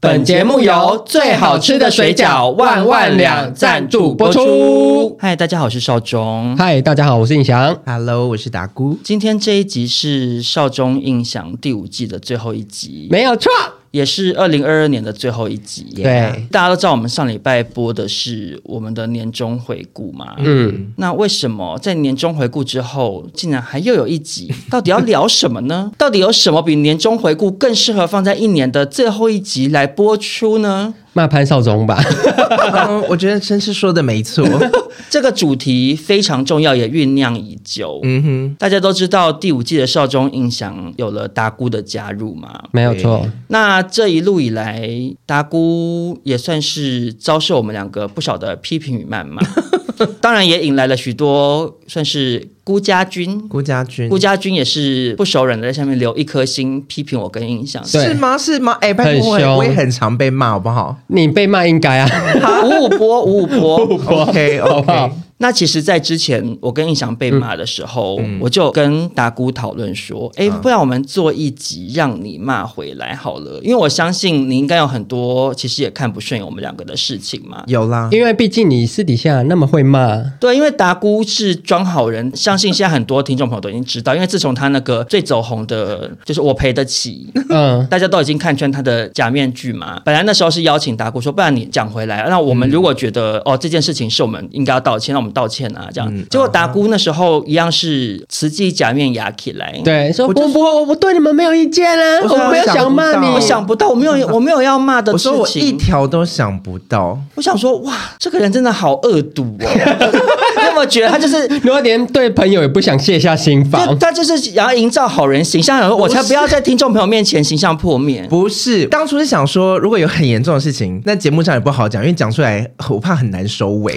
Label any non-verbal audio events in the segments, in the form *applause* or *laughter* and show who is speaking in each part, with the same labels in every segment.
Speaker 1: 本节目由最好吃的水饺万万两赞助播出。
Speaker 2: 嗨，大家好，我是少中。
Speaker 1: 嗨，大家好，我是尹翔。
Speaker 3: ，Hello，我是达姑。
Speaker 2: 今天这一集是《少中印象》第五季的最后一集，
Speaker 1: 没有错，
Speaker 2: 也是二零二二年的最后一集。
Speaker 1: 对，
Speaker 2: 大家都知道我们上礼拜播的是我们的年终回顾嘛。
Speaker 1: 嗯，
Speaker 2: 那为什么在年终回顾之后，竟然还又有一集？ *laughs* 到底要聊什么呢？到底有什么比年终回顾更适合放在一年的最后一集来播出呢？
Speaker 1: 骂潘少忠吧。
Speaker 3: 嗯我觉得真是说的
Speaker 1: *laughs*
Speaker 3: 没错。
Speaker 2: 这个主题非常重要，也酝酿已久。
Speaker 3: 嗯哼，
Speaker 2: 大家都知道第五季的少中印象有了达姑的加入嘛？
Speaker 1: 没有错，
Speaker 2: 那这一路以来，达姑也算是遭受我们两个不少的批评与谩骂，当然也引来了许多算是孤家军。
Speaker 3: 郭家军，
Speaker 2: 顾家军也是不熟人的，在下面留一颗星批评我跟印象，
Speaker 1: 对
Speaker 3: 是吗？是吗？哎，拜托，我
Speaker 1: 很
Speaker 3: 也
Speaker 1: 凶
Speaker 3: 我也很常被骂，好不好
Speaker 1: 你被骂应该
Speaker 3: *laughs*
Speaker 1: 啊。
Speaker 2: 五五波 *laughs* 五五波。
Speaker 1: *laughs*
Speaker 3: ？OK
Speaker 1: 好不
Speaker 3: OK，
Speaker 1: 好
Speaker 2: 那其实，在之前我跟印象被骂的时候，我就跟达姑讨论说，哎、不然我们做一集让你骂回来好了，因为我相信你应该有很多其实也看不顺眼我们两个的事情嘛。
Speaker 3: 有啦，
Speaker 1: 因为毕竟你私底下那么会骂，
Speaker 2: 对，因为达姑是装好人，相信现在很多听众朋友都已经知道，因为自从他那个最走红的，就是我赔得起，
Speaker 1: 嗯，
Speaker 2: 大家都已经看穿他的假面具嘛。本来那时候是邀请达姑说，不然你讲回来，那我们如果觉得、
Speaker 3: 嗯
Speaker 2: 哦这件事情是我们应该要道歉，那我们道歉啊，这样。结果达姑那时候一样是慈济假面压起来，，
Speaker 1: 对，说
Speaker 3: 我
Speaker 1: 我
Speaker 3: 就
Speaker 1: 不我不对你们没有意见啊，
Speaker 3: 我说
Speaker 1: 我没有想骂你，
Speaker 3: 我
Speaker 2: 我想不到，我没有我没有要骂的
Speaker 3: 嗯我
Speaker 2: 事情，
Speaker 3: 说我一条都想不到，
Speaker 2: 我想说哇，这个人真的好恶毒哦，
Speaker 3: *laughs*
Speaker 2: 你有没有觉得他就是
Speaker 1: 如果连对朋友也不想卸下心
Speaker 2: 就
Speaker 1: 防，
Speaker 2: 他就是想要营造好人形象，然后我才不要在听众朋友面前形象破灭。
Speaker 3: 不是，当初是想说，如果有很严重的事情，那节目上也不好讲，因为讲出来我怕很难收
Speaker 1: *laughs*
Speaker 3: 尾。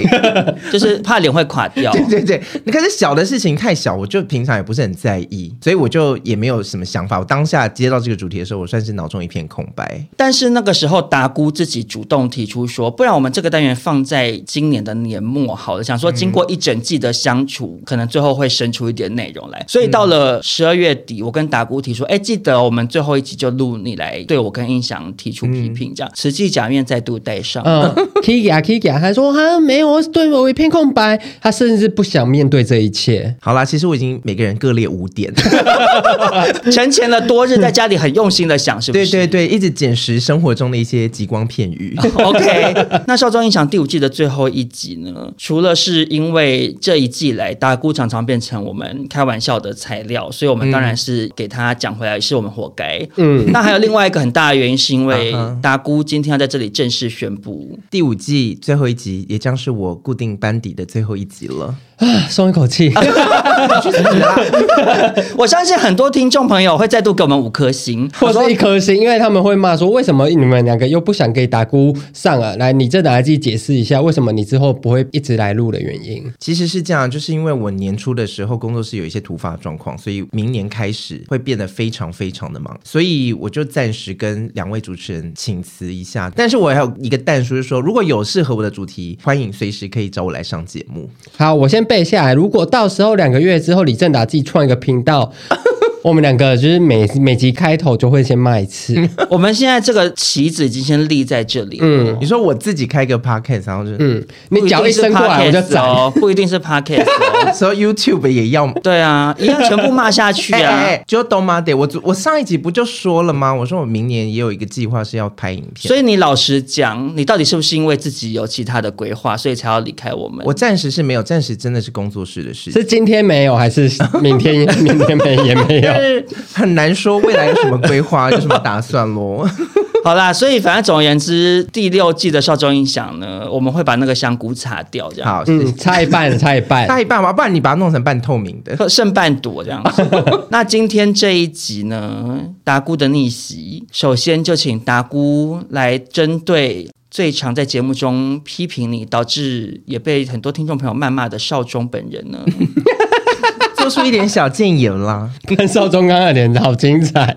Speaker 2: 就是怕脸会垮掉。
Speaker 3: 对对对，你可是小的事情太小，我就平常也不是很在意，所以我就也没有什么想法。我当下接到这个主题的时候，我算是脑中一片空白。
Speaker 2: 但是那个时候，达姑自己主动提出说，不然我们这个单元放在今年的年末好了，想说经过一整季的相处，可能最后会生出一点内容来。
Speaker 3: 嗯
Speaker 2: 所以到了十二月底，我跟达姑提说，哎，记得我们最后一集就录你来对我跟印象提出批评，
Speaker 3: 嗯
Speaker 2: 这样实际假面再度戴上。
Speaker 1: 嗯
Speaker 2: *laughs*
Speaker 1: ，Kiki 啊 Kiki 啊，他说他没有，对我一片空白，他甚至不想面对这一切。
Speaker 3: 好啦，其实我已经每个人各列五
Speaker 1: *laughs*
Speaker 3: 点，
Speaker 2: 沉潜了多日，在家里很用心的想，是不
Speaker 3: 呃对
Speaker 2: 是？
Speaker 3: 对对，一直捡拾生活中的一些极光片
Speaker 1: *laughs*
Speaker 3: 语。
Speaker 2: OK，那《 *laughs* 少壮印象》第五季的最后一集呢，除了是因为这一季来大姑常常变成我们开玩笑的材料，所以我们当然是给他讲回来，是我们活该。
Speaker 1: 嗯，
Speaker 2: 那还有另外一个很大的原因，是因为
Speaker 3: 啊哈
Speaker 2: 达姑今天要在这里正式宣布，
Speaker 3: 第五季最后一集也将是我固定班底的最后一集了。
Speaker 1: 啊松一口气。
Speaker 2: 我相信很多听众朋友会再度 *laughs* 给我们五颗星。
Speaker 1: 或者是一颗星，因为他们会骂说，为什么你们两个又不想给达姑上啊？来，你这拿来自己解释一下，为什么你之后不会一直来录的原因？
Speaker 3: 其实是这样，就是因为我年初的时候工作室有一些突发状况，所以明年开始会变得非常非常的忙，所以我就暂时跟两位主持人请辞一下。但是我还有一个淡叔，就是说如果有适合我的主题，欢迎随时可以找我来上节目。
Speaker 1: *laughs* 好，我先背下来。如果到时候两个月之后，李正达自己创一个频道，我们两个就是每每集开头就会先骂
Speaker 2: *laughs*
Speaker 1: 一次，
Speaker 2: 我们现在这个棋子已经先立在这里了。
Speaker 1: 嗯
Speaker 3: 你说我自己开个 podcast，然后就嗯，
Speaker 1: 你脚一伸过来我就
Speaker 2: 走，
Speaker 1: 斩。
Speaker 2: 哦，不一定是 podcast 哦。
Speaker 3: 说 YouTube 也要。
Speaker 2: 对啊，一样全部骂下去
Speaker 1: *laughs*
Speaker 3: 哎
Speaker 2: 啊。
Speaker 3: 哎哎，就懂吗？得我昨我上一集不就说了吗？我说我明年也有一个计划是要拍影片，
Speaker 2: 所以你老实讲，你到底是不是因为自己有其他的规划，所以才要离开我们？
Speaker 3: 我暂时是没有，暂时真的是工作室的事情，
Speaker 1: 是今天没有，还是明天？ *laughs* 明天没也没有
Speaker 3: 但。是很难说未来有什么规划，有什么打算咯。
Speaker 2: 好啦，所以反正总而言之，第六季的少中音响呢，我们会把那个香菇擦掉，这样。
Speaker 3: 好，谢谢
Speaker 1: 嗯，差一半，差一半。
Speaker 3: 大一半吧，不然你把它弄成半透明的。
Speaker 2: 喝剩半朵这样子。那今天这一集呢，达姑的逆袭，首先就请达姑来针对最常在节目中批评你，导致也被很多听众朋友谩骂的少中本人呢，
Speaker 3: 做出一点小建言啦。
Speaker 1: 看少中刚刚的脸好精彩，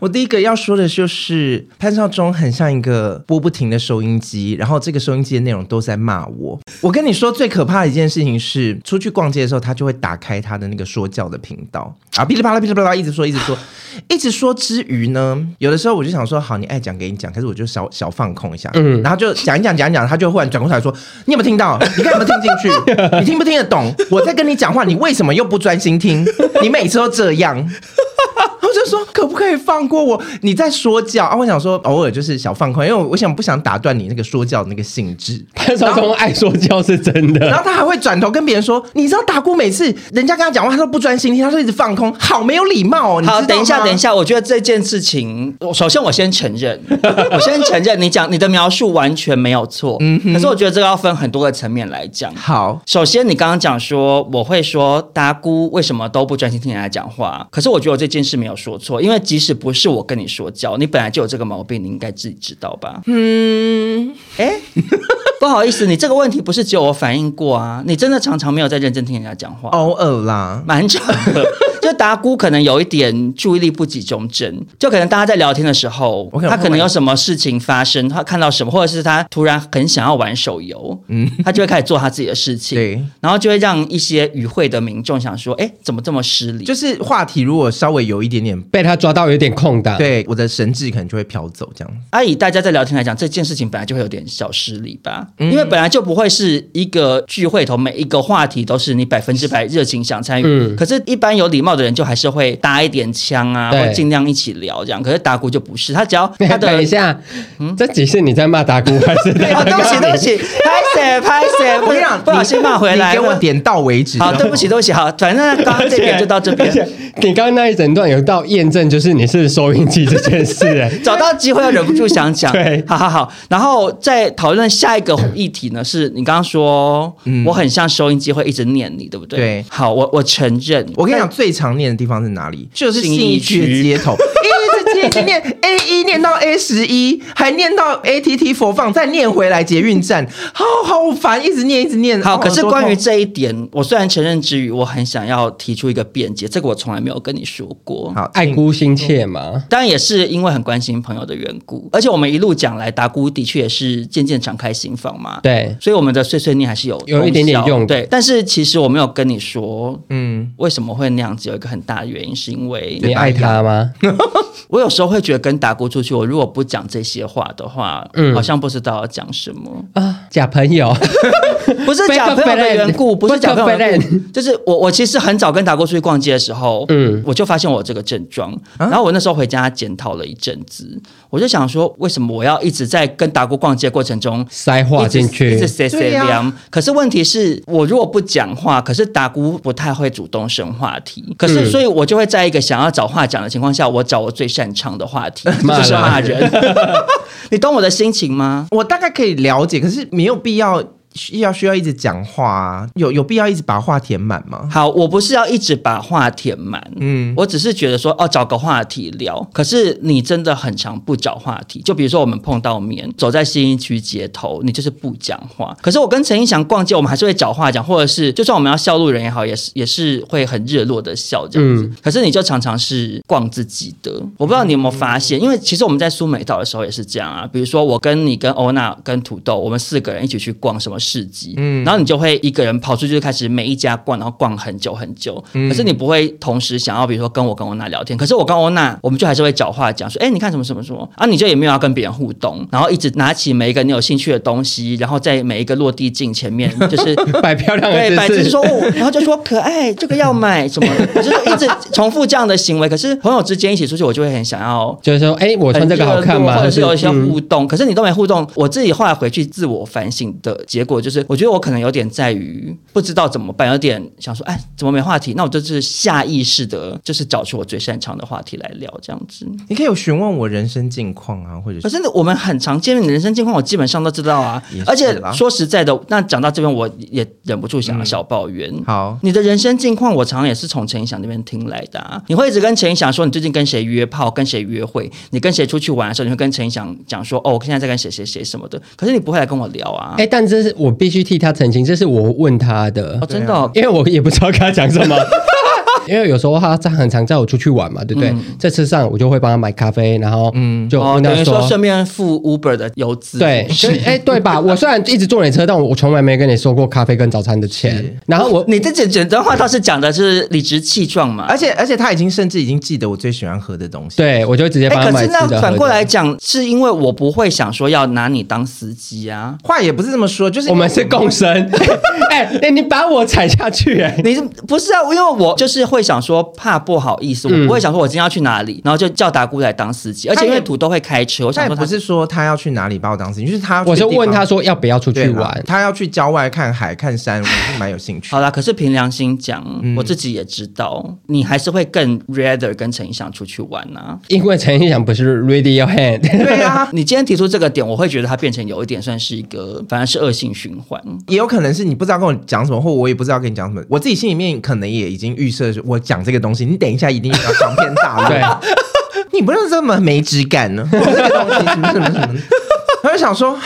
Speaker 3: 我第一个要说的就是潘少忠很像一个播不停的收音机，然后这个收音机的内容都在骂我。我跟你说，最可怕的一件事情是，出去逛街的时候，他就会打开他的那个说教的频道啊，噼里啪啦噼里啪啦一直说一直说，一直说之余呢，有的时候我就想说，好，你爱讲给你讲，可是我就小小放空一下，嗯，然后就讲一讲讲一讲，他就忽然转过头来说，你有没有听到？你看有没有听进去？你听不听得懂？我在跟你讲话，你为什么又不专心听？你每次都这样。我就说可不可以放过我？你在说教啊？我想说偶尔就是小放空，因为我我想不想打断你那个说教的那个性质。
Speaker 1: 潘少忠爱说教是真
Speaker 3: 然
Speaker 1: 的。
Speaker 3: 后他还会转头跟别人说：“你知道达姑每次人家跟他讲话，他都不专心听，他都一直放空，好没有礼貌哦。”你知道
Speaker 2: 好，
Speaker 3: 吗
Speaker 2: 等一下，等一，下，我觉得这件事情，我首先我先承认， *laughs* 我先承认你讲你的描述完全没有错，
Speaker 3: 嗯
Speaker 2: 可是我觉得这个要分很多个层面来讲。
Speaker 3: 好，
Speaker 2: 首先，你刚刚讲说我会说达姑为什么都不专心听人家讲话，可是我觉得我这件事没有说错，因为即使不是我跟你说教，你本来就有这个毛病，你应该自己知道吧？嗯，
Speaker 3: *laughs*
Speaker 2: 哎，不好意思，你这个问题不是只有我反映过啊，你真的常常没有在认真听人家讲话。
Speaker 3: 偶尔啦。
Speaker 2: 蛮长 *laughs* 的。就达姑可能有一点注意力不集中症，就可能大家在聊天的时候
Speaker 3: 我可，能
Speaker 2: 他
Speaker 3: 会
Speaker 2: 可能
Speaker 3: 玩
Speaker 2: 有什么事情发生，他看到什么，或者是他突然很想要玩手游，嗯，他就会开始做他自己的事情，
Speaker 3: 对，
Speaker 2: 然后就会让一些与会的民众想说，哎，怎么这么失礼？
Speaker 3: 就是话题如果稍微有一点点，
Speaker 1: 被他抓到有点空档，，
Speaker 3: 对我的神智可能就会飘走这样。
Speaker 2: 啊，以大家在聊天来讲，这件事情本来就会有点小失礼吧，因为本来就不会是一个聚会头，每一个话题都是你百分之百热情想参与。
Speaker 1: 嗯
Speaker 2: 可是，一般有礼貌的人就还是会搭一点腔啊，
Speaker 1: 对
Speaker 2: 或尽量一起聊这样。可是达姑就不是，他只要他的
Speaker 1: 哎等一下，这集是你在骂达姑还是在
Speaker 2: 哦， *laughs* 对不起，对不起，拍谁拍谁，
Speaker 3: 我
Speaker 2: 不
Speaker 3: 跟你
Speaker 2: 要
Speaker 3: 讲，
Speaker 2: 不小心骂回来
Speaker 3: 你
Speaker 2: 了。
Speaker 3: 给我点到为止。
Speaker 2: 好，对不起，对不起，好，反正刚刚这边就到这边
Speaker 1: *laughs* 而。且你刚刚那一整段有到验证，就是你是收音机这件事、
Speaker 2: *laughs*
Speaker 1: 哎
Speaker 2: 找到机会又忍不住想讲，
Speaker 1: 对
Speaker 2: 好好好。然后再讨论下一个议题呢，是你刚刚说、我很像收音机会一直念你，对不对？
Speaker 3: 嗯对
Speaker 2: 好，我我承认，
Speaker 3: 我跟你讲，最常念的地方是哪里？就是
Speaker 2: 信
Speaker 3: 信
Speaker 2: 义
Speaker 3: 义
Speaker 2: 区
Speaker 3: 区的街头，一直念一直念 A 一念到 A 十一，还念到 ATT 佛放，再念回来捷运站，好好烦，一直念一直念。
Speaker 2: 好，
Speaker 3: 哦
Speaker 2: 可是
Speaker 3: 多
Speaker 2: 关于
Speaker 3: 痛
Speaker 2: 这一点，我虽然承认之余，我很想要提出一个辩解，这个我从来没有跟你说过。
Speaker 3: 好
Speaker 1: 爱姑心切嘛，
Speaker 2: 当然也是因为很关心朋友的缘故，而且我们一路讲来，达姑的确也是渐渐敞开心房嘛。
Speaker 1: 对，
Speaker 2: 所以我们的碎碎念还是有
Speaker 1: 有一点点
Speaker 2: 功效
Speaker 1: 用的
Speaker 2: 对，但是其实我没有跟你说，
Speaker 3: 嗯，
Speaker 2: 为什么会那样子？有一个很大的原因是因为
Speaker 1: 你爱他吗？
Speaker 2: 我有时候会觉得跟达姑出去，我如果不讲这些话的话，
Speaker 1: 嗯
Speaker 2: 好像不知道要讲什
Speaker 1: *laughs*
Speaker 2: 么。
Speaker 1: 啊，假朋
Speaker 2: *laughs*
Speaker 1: 友，
Speaker 2: 不是讲朋友的缘故，不是讲朋友的缘
Speaker 1: 不可
Speaker 2: 故，就是我我其实很早跟达姑出去逛街的时候，嗯
Speaker 1: 嗯，啊
Speaker 2: 我就发现我有这个症状，然后我那时候回家检讨了一阵子，我就想说，为什么我要一直在跟达姑逛街的过程中
Speaker 1: 塞话进
Speaker 2: 一
Speaker 1: 去
Speaker 2: 直，塞塞
Speaker 3: 对呀
Speaker 2: 凉。可是问题是我如果不讲话，可是达姑不太会主动生话题，可是
Speaker 1: 嗯
Speaker 2: 所以我就会在一个想要找话讲的情况下，我找我最擅长的话题，
Speaker 1: 骂
Speaker 2: 就是
Speaker 1: 人
Speaker 2: 骂人。 *laughs* 你懂我的心情吗？
Speaker 3: 我大概可以了解，可是没有必要需要需要一直讲话啊，有有必要一直把话填满吗？
Speaker 2: 好，我不是要一直把话填满，
Speaker 3: 嗯，
Speaker 2: 我只是觉得说，哦，找个话题聊。可是你真的很常不找话题，就比如说我们碰到面，走在新一区街头，你就是不讲话。可是我跟陈映翔逛街，我们还是会找话讲，或者是就算我们要笑路人也好，也是也是会很热络的笑这样子。可是你就常常是逛自己的，我不知道你有没有发现，因为其啊实我们在苏美岛的时候也是这样啊。比如说我跟你、跟欧娜、跟土豆，我们四个人一起去逛什么市集，嗯，然后你就会一个人跑出去就开始每一家逛，然后逛很久很久。可是你不会同时想要，比如说跟我跟欧娜聊天，可是我跟欧娜，我们就还是会讲话讲说，哎，你看什么什么什么啊，你就也没有要跟别人互动，然后一直拿起每一个你有兴趣的东西，然后在每一个落地镜前面就是
Speaker 1: 摆漂亮 *laughs*
Speaker 2: 对，
Speaker 1: 的
Speaker 2: 摆
Speaker 1: 姿
Speaker 2: 姿
Speaker 1: 势
Speaker 2: 说，，哦然后就说可爱，这个要买什么，我就是一直重复这样的行为。可是朋友之间一起出去，我就会很想要。
Speaker 1: 就是说，哎，我穿这个好看吗？
Speaker 2: 或者是有一些
Speaker 1: 嗯
Speaker 2: 互动，可是你都没互动。我自己后来回去自我反省的结果就是，我觉得我可能有点在于不知道怎么办，有点想说，哎，怎么没话题？那我就是下意识的，就是找出我最擅长的话题来聊，这样子。
Speaker 1: 嗯
Speaker 3: 你可以有询问我人生近况啊，或者
Speaker 2: 可
Speaker 3: 是
Speaker 2: 是我们很常见面，你人生境况我基本上都知道啊
Speaker 3: 也。是
Speaker 2: 而且
Speaker 3: 啦
Speaker 2: 说实在的，那讲到这边，我也忍不住想要小抱怨。
Speaker 3: 好
Speaker 2: 你的人生近况，我常常也是从陈意翔那边听来的、啊。你会一直跟陈意翔说你最近跟谁约炮，跟谁约会，你跟谁出去玩的时候，你会跟陈意翔讲说哦，我现在在跟谁谁谁什么的。可是你不会来跟我聊啊。
Speaker 1: 哎，但这是我必须替他澄清，这是我问他的
Speaker 2: 哦，，真的、哦，
Speaker 1: 因为我也不知道跟他讲
Speaker 2: *laughs*
Speaker 1: 什么。因为有时候他他很常载我出去玩嘛，对不对？在车上我就会帮他买咖啡，然后就
Speaker 2: 嗯哦，
Speaker 1: 问
Speaker 2: 等
Speaker 1: 他
Speaker 2: 于
Speaker 1: 说，
Speaker 2: 说顺便付 Uber 的油资。
Speaker 1: 对，
Speaker 2: *laughs*
Speaker 1: 就哎、对吧？我虽然一直坐你车，但我我从来没跟你收过咖啡跟早餐
Speaker 2: *laughs*
Speaker 1: 的钱。然后我
Speaker 2: 你这整整段话倒是讲的是理直气壮嘛。
Speaker 3: 而且而且他已经甚至已经记得我最喜欢喝的东西。
Speaker 1: 对我就直接帮
Speaker 2: 哎，
Speaker 1: 他
Speaker 2: 可
Speaker 1: 买
Speaker 2: 是
Speaker 1: 吃的
Speaker 2: 那
Speaker 1: 喝的。
Speaker 2: 反过来讲，是因为我不会想说要拿你当司机啊。
Speaker 3: 话也不是这么说，就是
Speaker 1: 我们是共生。
Speaker 2: *laughs*
Speaker 1: 哎、哎，你把我踩下去、哎，
Speaker 2: 你是不是啊？因为我就是会想说，怕不好意思，我
Speaker 3: 嗯
Speaker 2: 不会想说我今天要去哪里，然后就叫达姑来当司机。而且因为土豆会开车，我
Speaker 3: 他
Speaker 2: 想
Speaker 3: 也
Speaker 2: 说
Speaker 3: 不
Speaker 2: 他
Speaker 3: 是说他要去哪里把我当司机，就是他要去
Speaker 1: 我是
Speaker 3: 地方
Speaker 1: 问他说要不要出去
Speaker 3: 对
Speaker 2: 啊
Speaker 3: 啦
Speaker 1: 玩。
Speaker 3: 他要去郊外看海看山，我是蛮有
Speaker 1: *laughs*
Speaker 3: 兴趣。
Speaker 2: 好啦。可是凭良心讲，
Speaker 3: 嗯
Speaker 2: 我自己也知道，你还是会更 rather 跟陈意翔出去玩啊。
Speaker 1: 因为陈意翔不是
Speaker 2: *laughs*
Speaker 1: Radiohead，
Speaker 3: 对啊，
Speaker 2: 你今天提出这个点，我会觉得它变成有一点算是一个，反而是恶性循环。
Speaker 3: 也有可能是你不知道跟我讲什么，或我也不知道跟你讲什么。我自己心里面可能也已经预设，我讲这个东西，你等一下一定要长篇大论。
Speaker 1: 对，。
Speaker 3: *laughs* 你不是这么没质感呢？这个东西什么什么什么，他就想说。啊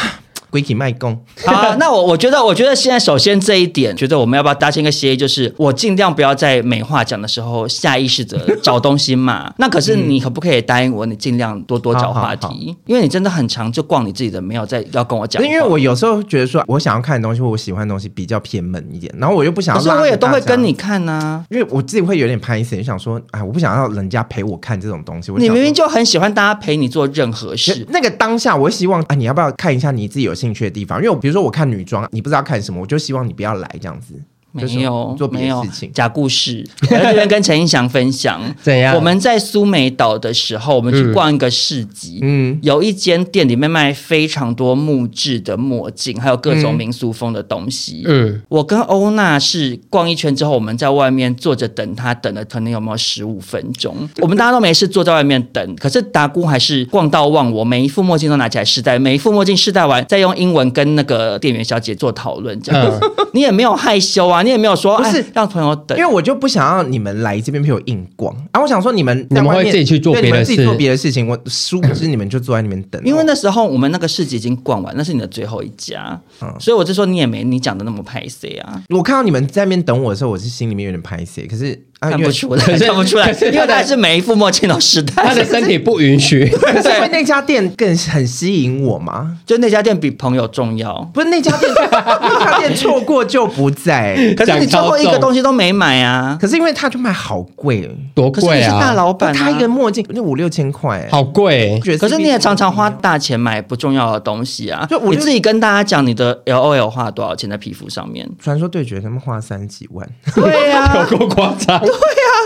Speaker 3: 鬼体卖供，
Speaker 2: 好啊、 *laughs* 那我我觉得，我觉得现在首先这一点，觉得我们要不要达成一个协议，就是我尽量不要在美化讲的时候下意识
Speaker 3: *laughs*
Speaker 2: 的找东西骂。那可是你可不可以答应我，你尽量多多找话题？
Speaker 3: 嗯好好
Speaker 2: 因为你真的很长就逛你自己的，没有再要跟我讲话。
Speaker 3: 因为我有时候觉得说，我想要看的东西或我喜欢的东西比较偏门一点，然后我又不想
Speaker 2: 可
Speaker 3: 要。
Speaker 2: 是我也都会跟你，看啊呐、
Speaker 3: 因为我自己会有点拍死，想说，哎，我不想要人家陪我看这种东西。我
Speaker 2: 你
Speaker 3: 想
Speaker 2: 明明
Speaker 3: 说
Speaker 2: 就很喜欢大家陪你做任何事。
Speaker 3: 那个当下，我希望啊，你要不要看一下你自己有兴趣的地方？因为我比如说我看女装，你不知道看什么，我就希望你不要来这样子。
Speaker 2: 没
Speaker 3: 就是
Speaker 2: 有
Speaker 3: 你做
Speaker 2: 没
Speaker 3: 别的
Speaker 2: 有
Speaker 3: 事情。
Speaker 2: 假故事， *laughs* 我在这边跟陈映祥分
Speaker 3: *laughs*
Speaker 2: 享
Speaker 1: 怎样
Speaker 2: 我们在苏梅岛的时候，我们去逛一个市集，
Speaker 3: 嗯，
Speaker 2: 有一间店里面卖非常多木质的墨镜，还有各种民俗风的东西。
Speaker 1: 嗯，
Speaker 2: 我跟欧娜是逛一圈之后，我们在外面坐着等她，等了可能有没有十五分
Speaker 3: 嗯
Speaker 2: 钟，我们大家都没事坐在外面等。可是达姑还是逛到忘我，每一副墨镜都拿起来试戴，每一副墨镜试戴完再用英文跟那个店员小姐做讨论，这
Speaker 3: 嗯
Speaker 1: 嗯
Speaker 2: 样、你也没有害羞啊，你也没有说
Speaker 3: 不是
Speaker 2: 哎让朋友等
Speaker 3: 因为。我就不想要你们来这边陪我硬逛，啊，我想说你们
Speaker 1: 你
Speaker 3: 在
Speaker 1: 们
Speaker 3: 外面
Speaker 1: 会自己去做
Speaker 3: 对
Speaker 1: 别的
Speaker 3: 你们自己
Speaker 1: 事
Speaker 3: 做别的事情，我殊不知你们就坐在那边等。哦
Speaker 2: 因为那时候我们那个市集已经逛完，那是你的最后一家，
Speaker 3: 嗯
Speaker 2: 所以我就说你也没你讲的那么拍 C 啊。
Speaker 3: 我看到你们在那边等我的时候，我是心里面有点拍泄，可是啊，
Speaker 2: 看
Speaker 3: 因为
Speaker 2: 不出来，
Speaker 1: 可是
Speaker 2: 看不出来
Speaker 3: *laughs*
Speaker 1: 可是，
Speaker 2: 因为
Speaker 1: 他的
Speaker 2: 他是每一副墨镜都试
Speaker 1: 他
Speaker 2: 戴
Speaker 1: 的。身体不允许。
Speaker 2: 啊
Speaker 3: 可是因为那家店更很吸引我嘛。
Speaker 2: *laughs* 就那家店比朋友重要，
Speaker 3: 不是那家店， *laughs* 那家店错过就不在。
Speaker 2: 可是你最
Speaker 1: 讲超
Speaker 2: 后一个
Speaker 1: 重
Speaker 2: 东西都没买啊。
Speaker 3: 可是因为它就卖好贵，
Speaker 1: 多
Speaker 2: 可是你
Speaker 1: 贵
Speaker 2: 是大
Speaker 1: 啊，
Speaker 2: 老板、
Speaker 3: 它一个
Speaker 2: 啊，
Speaker 3: 墨镜就五六千块，
Speaker 1: 好贵、
Speaker 3: 觉得
Speaker 2: 可是
Speaker 3: CP
Speaker 2: 你也常常
Speaker 3: 哦
Speaker 2: 花大钱买不重要的东西啊。
Speaker 3: 就我
Speaker 2: 你
Speaker 3: 就。
Speaker 2: 自己跟大家讲你的 L O L 花了多少钱在皮肤上面
Speaker 3: 传说对决，他们花三十几万。 *laughs*
Speaker 2: 对
Speaker 3: 啊
Speaker 2: *laughs* 啊呀、
Speaker 1: 有够夸张。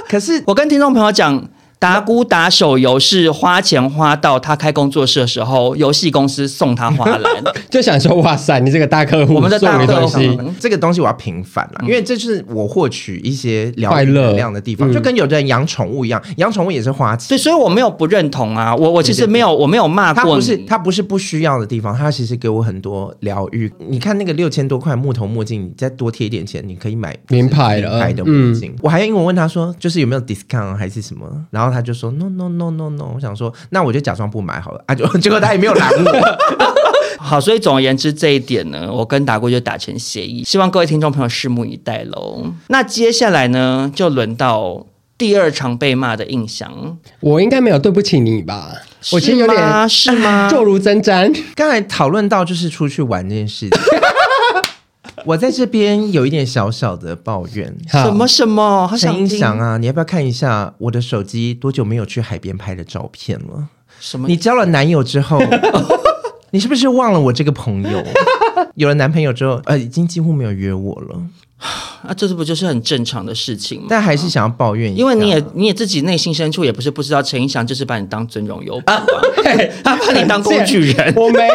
Speaker 3: 可是
Speaker 2: 我跟听众朋友讲。达姑打手游是花钱花到他开工作室的时候，游戏公司送他花
Speaker 1: *laughs*
Speaker 2: 篮。
Speaker 1: 就想说，哇塞，你这个大客户，
Speaker 2: 我们的大
Speaker 1: 送你东
Speaker 2: 客户
Speaker 1: 西，
Speaker 3: 这个东西我要平反
Speaker 1: 嗯
Speaker 3: 了，因为这是我获取一些疗
Speaker 1: 快
Speaker 3: 愈
Speaker 1: 乐嗯
Speaker 3: 能量的地方，就跟有的人养宠物一样，养宠物也是花钱
Speaker 2: 对，。所以我没有不认同啊，我我其
Speaker 3: 对
Speaker 2: 实
Speaker 3: 对对
Speaker 2: 没有我没有骂
Speaker 3: 它
Speaker 2: 过
Speaker 3: 不
Speaker 2: 你。
Speaker 3: 是它不是不需要的地方，它其实给我很多疗愈。你看那个六千多块木头墨镜，你再多贴一点钱，你可以买
Speaker 1: 名牌了嗯
Speaker 3: 名牌的墨镜。我还用英文问他说，就是有没有 discount 啊还是什么，然后他就说 no no no no no。我想说，那我就假装不买好了啊，就 *laughs* 结果他也没有拦我。
Speaker 2: 好，所以总而言之，这一点呢，我跟达姑就达成协议，希望各位听众朋友拭目以待喽。那接下来呢，就轮到第二场被骂的印象，
Speaker 1: 我应该没有对不起你吧？我其实
Speaker 2: 是
Speaker 1: 有
Speaker 2: 吗
Speaker 1: 点 *laughs*
Speaker 2: 是吗？ *laughs*
Speaker 1: 坐如针毡。
Speaker 3: 刚才讨论到就是出去玩这件事情。我在这边有一点小小的抱怨。
Speaker 1: 好
Speaker 2: 什么什么，好
Speaker 3: 陈
Speaker 2: 想
Speaker 3: 英
Speaker 2: 听
Speaker 3: 祥啊，你要不要看一下我的手机多久没有去海边拍的照片了？
Speaker 2: 什么？
Speaker 3: 你交了男友
Speaker 2: *laughs*
Speaker 3: 之后，你是不是忘了我这个朋友？有了男朋友之后，呃，已经几乎没有约我了，
Speaker 2: 啊，这不就是很正常的事情吗？
Speaker 3: 但还是想要抱怨一下，
Speaker 2: 因为你也你也自己内心深处也不是不知道，陈映祥就是把你当尊荣优步啊，他把你当工具人。
Speaker 1: 我没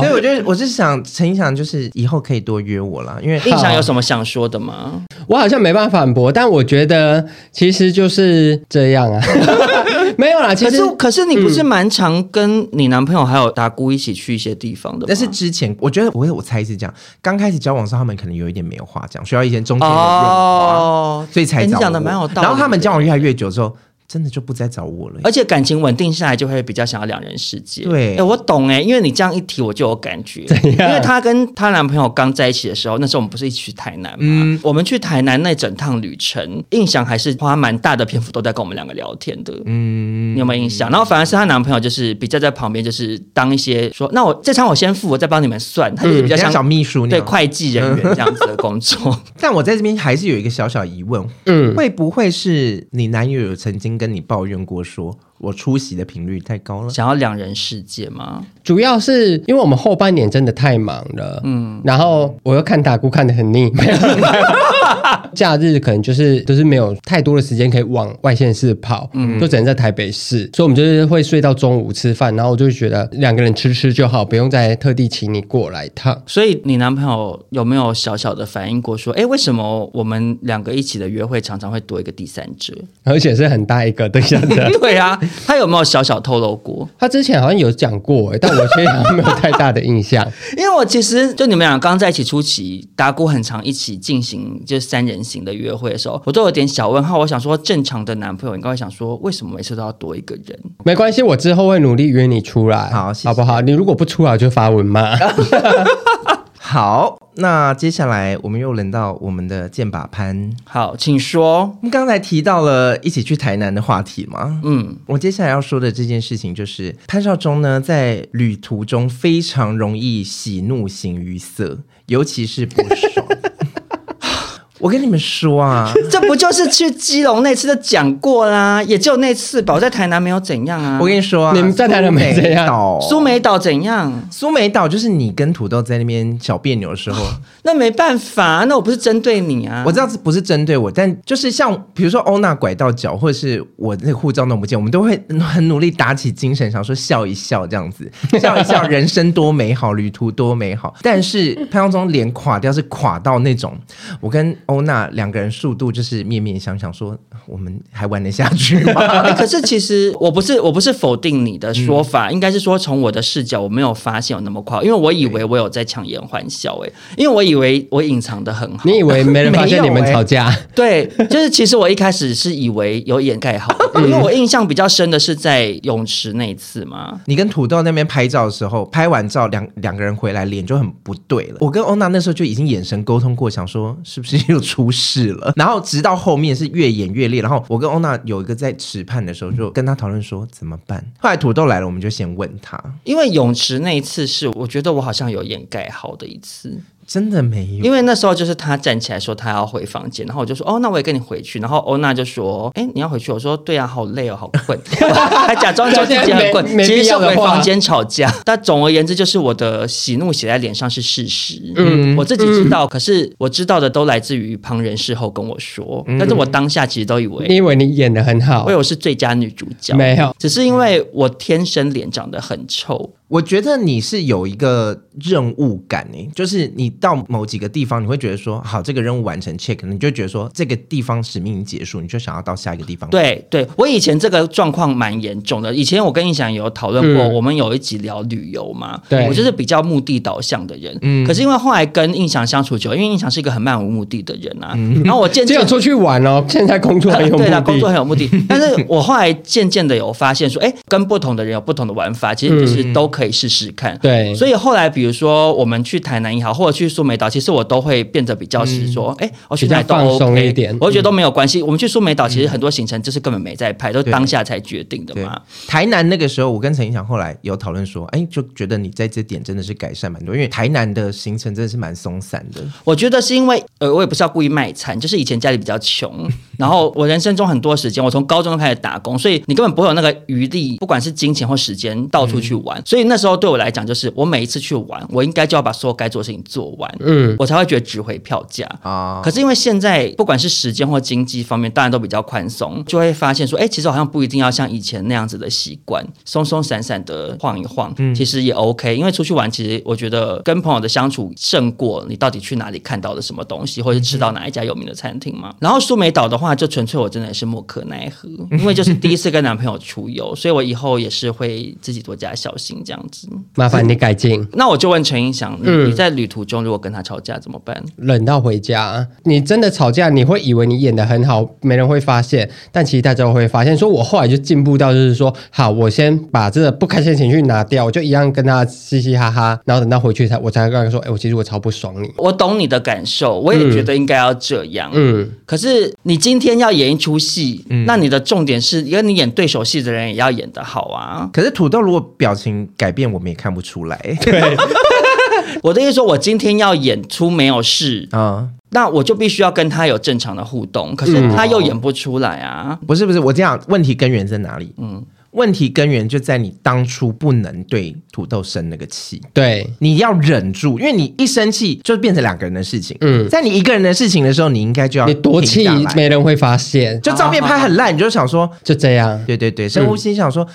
Speaker 3: 所以
Speaker 1: 有，
Speaker 3: 我就我是想陈意想就是以后可以多约我啦，因为
Speaker 2: 映祥有什么想说的吗？
Speaker 1: 我好像没办法反驳，但我觉得其实就是这样啊， *laughs* 没有啦，其
Speaker 2: 可
Speaker 1: 实
Speaker 2: 是可是你不
Speaker 3: 嗯
Speaker 2: 是蛮常跟你男朋友还有达姑一起去一些地方的吗？
Speaker 3: 但是之前我觉得我我猜是这样，刚开始交往的时候他们可能有一点没有话讲，需要一些中间的润滑，
Speaker 2: 哦，
Speaker 3: 所以才
Speaker 2: 哎你
Speaker 3: 找我
Speaker 2: 讲的蛮有道理的。
Speaker 3: 然后他们交往越来越久之后，真的就不再找我了。
Speaker 2: 而且感情稳定下来，就会比较想要两人世界。
Speaker 3: 对
Speaker 2: 哎，我懂哎，因为你这样一提，我就有感觉。因为她跟她男朋友刚在一起的时候，那时候我们不是一起去台南嘛？我们去台南那整趟旅程，印象还是花蛮大的篇幅都在跟我们两个聊天的。嗯，你有没有印象？然后反而是她男朋友就是比较在旁边，就是当一些说，那我这餐我先付，我再帮你们算。他就是比较
Speaker 3: 像小
Speaker 2: 像
Speaker 3: 秘书那
Speaker 2: 对
Speaker 3: 样，
Speaker 2: 会计人员这样子的工作。
Speaker 3: 但我在这边还是有一个小小疑问，
Speaker 1: 嗯，
Speaker 3: 会不会是你男友有曾经跟你抱怨过说，我出席的频率太高了？
Speaker 2: 想要两人世界吗？
Speaker 1: 主要是因为我们后半年真的太忙了，嗯，然后我又看打鼓看得很腻，没有嗯 *laughs* 假日可能就是就是没有太多的时间可以往外县市跑，嗯，就只能在台北市，所以我们就是会睡到中午吃饭，然后我就会觉得两个人吃吃就好，不用再特地请你过来一趟。
Speaker 2: 所以你男朋友有没有小小的反应过说，哎，为什么我们两个一起的约会常常会多一个第三 *laughs* 者？，
Speaker 1: 而且是很大一个对象 *laughs* 的
Speaker 2: 对啊，他有没有小小透露过？
Speaker 1: 他之前好像有讲过、欸，但我其实好像没有太大的印象。
Speaker 2: 因为我其实就你们俩刚在一起初期，达姑很常一起进行就是三人行的约会的时候，我都有点小问号。我想说，正常的男朋友应该会想说，为什么每次都要多一个人？
Speaker 1: 没关系，我之后会努力约你出来，
Speaker 3: 好谢谢
Speaker 1: 好不好？你如果不出来，我就发文骂。
Speaker 3: 好，那接下来我们又轮到我们的剑把潘。
Speaker 2: 好，请说。
Speaker 3: 我们刚才提到了一起去台南的话题嘛，
Speaker 2: 嗯，
Speaker 3: 我接下来要说的这件事情就是潘少忠呢，在旅途中非常容易喜怒形于色，尤其是不爽。 *laughs* 我跟你们
Speaker 1: *laughs*
Speaker 3: 说啊，
Speaker 2: 这不就是去基隆那次的讲过啦？也只有那次吧，我在台南没有怎样啊。
Speaker 3: 我跟你说啊，
Speaker 1: 你们在台南没这样
Speaker 2: 苏梅岛怎样？
Speaker 3: 苏梅岛就是你跟土豆在那边小别扭的时候，
Speaker 2: 那没办法，那我不是针对你啊。
Speaker 3: 我知道这不是针对我，但就是像比如说欧娜拐到脚，或者是我那个护照弄不见，我们都会很努力打起精神，想说笑一笑这样子，笑一笑，人生多美好，旅途多美好。但是潘耀宗脸垮掉，是垮到那种，我跟欧娜两个人速度就是面面相觑，说我们还玩得下去吗？
Speaker 2: 欸可是其实我不是我不是否定你的说
Speaker 1: 嗯
Speaker 2: 法，应该是说从我的视角，我没有发现有那么夸张，因为我以为我有在强颜欢笑、欸，因为我以为我隐藏的很好。
Speaker 1: 你以为没人发现你们
Speaker 3: 没有欸
Speaker 1: 吵架？
Speaker 2: 对，就是其实我一开始是以为有掩盖
Speaker 1: *laughs*
Speaker 2: 好，
Speaker 1: 嗯
Speaker 2: 因为我印象比较深的是在泳池那一次嘛。
Speaker 3: 你跟土豆那边拍照的时候，拍完照两两个人回来脸就很不对了。我跟欧娜那时候就已经眼神沟通过，想说是不是又出事了。然后直到后面是越演越烈，然后我跟欧娜有一个在池畔的时候就跟她讨论说怎么办。后来土豆来了，我们就先问她，
Speaker 2: 因为泳池那一次是，我觉得我好像有掩盖好的一次，
Speaker 3: 真的没有。
Speaker 2: 因为那时候就是他站起来说他要回房间，然后我就说哦，那我也跟你回去。然后欧娜就说，哎，你要回去？我说对啊，好累哦，好
Speaker 1: *laughs*
Speaker 2: 困，还假装说自己很困
Speaker 1: 没，没
Speaker 2: 其实
Speaker 1: 必
Speaker 2: 是
Speaker 1: 要的
Speaker 2: 回
Speaker 1: 话
Speaker 2: 房间吵架。但总而言之，就是我的喜怒写在脸上是事实，嗯，
Speaker 1: 嗯
Speaker 2: 我自己知道，可是我知道的都来自于旁人事后跟我说，但是我当下其实都以为
Speaker 1: 嗯你以为你演的很好
Speaker 2: 我以？为我是最佳女主角，
Speaker 1: 没有，
Speaker 2: 只是因为我天生脸长得很臭，
Speaker 3: 我觉得你是有一个任务感诶、就是你到某几个地方，你会觉得说好，这个任务完成 check，你就觉得说这个地方使命已经结束，你就想要到下一个地方。，
Speaker 2: 对对，我以前这个状况蛮严重的。以前我跟印翔有讨论过，
Speaker 1: 嗯
Speaker 2: 我们有一集聊旅游嘛，
Speaker 1: 对嗯
Speaker 2: 我就是比较目的导向的人。可是因为后来跟印翔相处久，因为印翔是一个很漫无目的的人啊，
Speaker 1: 嗯
Speaker 2: 然后我渐
Speaker 1: 只
Speaker 2: 渐
Speaker 1: 有出去玩哦，现在工作很有目
Speaker 2: 对啦，
Speaker 1: 的。
Speaker 2: 工作很有
Speaker 1: *laughs*
Speaker 2: 目的。但是我后来渐渐的有发现说，哎，跟不同的人有不同的玩法，其实就是都可以试试看。
Speaker 1: 嗯对
Speaker 2: 所以后来比如说我们去台南也好，或者去苏梅岛，其实我都会变得比较是说，哎、我去
Speaker 1: 嗯比较
Speaker 2: 哪里都
Speaker 1: 放
Speaker 2: OK，
Speaker 1: 松一点嗯
Speaker 2: 我觉得都没有关系。我们去苏梅岛其实很多行程就是根本没在拍，都是
Speaker 3: 对
Speaker 2: 当下才决定的
Speaker 3: 对
Speaker 2: 嘛。，
Speaker 3: 台南那个时候，我跟陈英翔后来有讨论说，哎，就觉得你在这点真的是改善蛮多，因为台南的行程真的是蛮松散的。
Speaker 2: 我觉得是因为，呃，我也不是要故意卖惨，就是以前家里比较穷，然后我人生中很多时间，我从高中就开始打工，所以你根本不会有那个余力，不管是金钱或时间，到处去玩。所以那时候对我来讲，就是我每一次去玩，我应该就要把所有该做的事情做完，
Speaker 1: 嗯，
Speaker 2: 我才会觉得值回票价。
Speaker 3: 啊
Speaker 2: 可是因为现在不管是时间或经济方面，当然都比较宽松，就会发现说，哎、其实我好像不一定要像以前那样子的习惯，松松散散的晃一晃，其实也 OK。因为出去玩，其实我觉得跟朋友的相处胜过你到底去哪里看到的什么东西，或者吃到哪一家有名的餐厅嘛。然后苏梅岛的话，就纯粹我真的是莫可奈何，因为就是第一次跟男朋友出游，所以我以后也是会自己多加小心这样子。
Speaker 1: 麻烦你改
Speaker 2: *laughs*
Speaker 1: 进。
Speaker 2: 那我就问陈英翔，你
Speaker 1: 嗯
Speaker 2: 你在旅途中如果跟他吵架怎么办？
Speaker 1: 忍到回家，你真的吵架，你会以为你演的很好，没人会发现，但其实大家都会发现。说我后来就进步到，就是说，好，我先把这个不开心的情绪拿掉，我就一样跟他嘻嘻哈哈，然后等到回去才，我才会跟他说，哎、我其实我超不爽你。
Speaker 2: 我懂你的感受，我也觉得应该要这样。
Speaker 1: 嗯，
Speaker 2: 可是你今天要演一出戏，那你的重点是，因为你演对手戏的人也要演得好啊。
Speaker 3: 可是土豆如果表情改变，我们也看不出来。
Speaker 2: 我的意思说，我今天要演出没有事，
Speaker 3: 啊，
Speaker 2: 那我就必须要跟他有正常的互动。可是他又演不出来啊。
Speaker 3: 不是不是，我这样问题根源在哪里？嗯，问题根源就在你当初不能对土豆生那个气。
Speaker 1: 对，
Speaker 3: 你要忍住，因为你一生气就变成两个人的事情。嗯，
Speaker 1: 嗯
Speaker 3: 在你一个人的事情的时候，你应该就要
Speaker 1: 你多
Speaker 3: 停
Speaker 1: 气
Speaker 3: 下来，
Speaker 1: 没人会发现，就
Speaker 3: 就照片拍很烂，你就想说，
Speaker 1: 就这样。
Speaker 3: 对对对，深呼吸，想说， *sighs*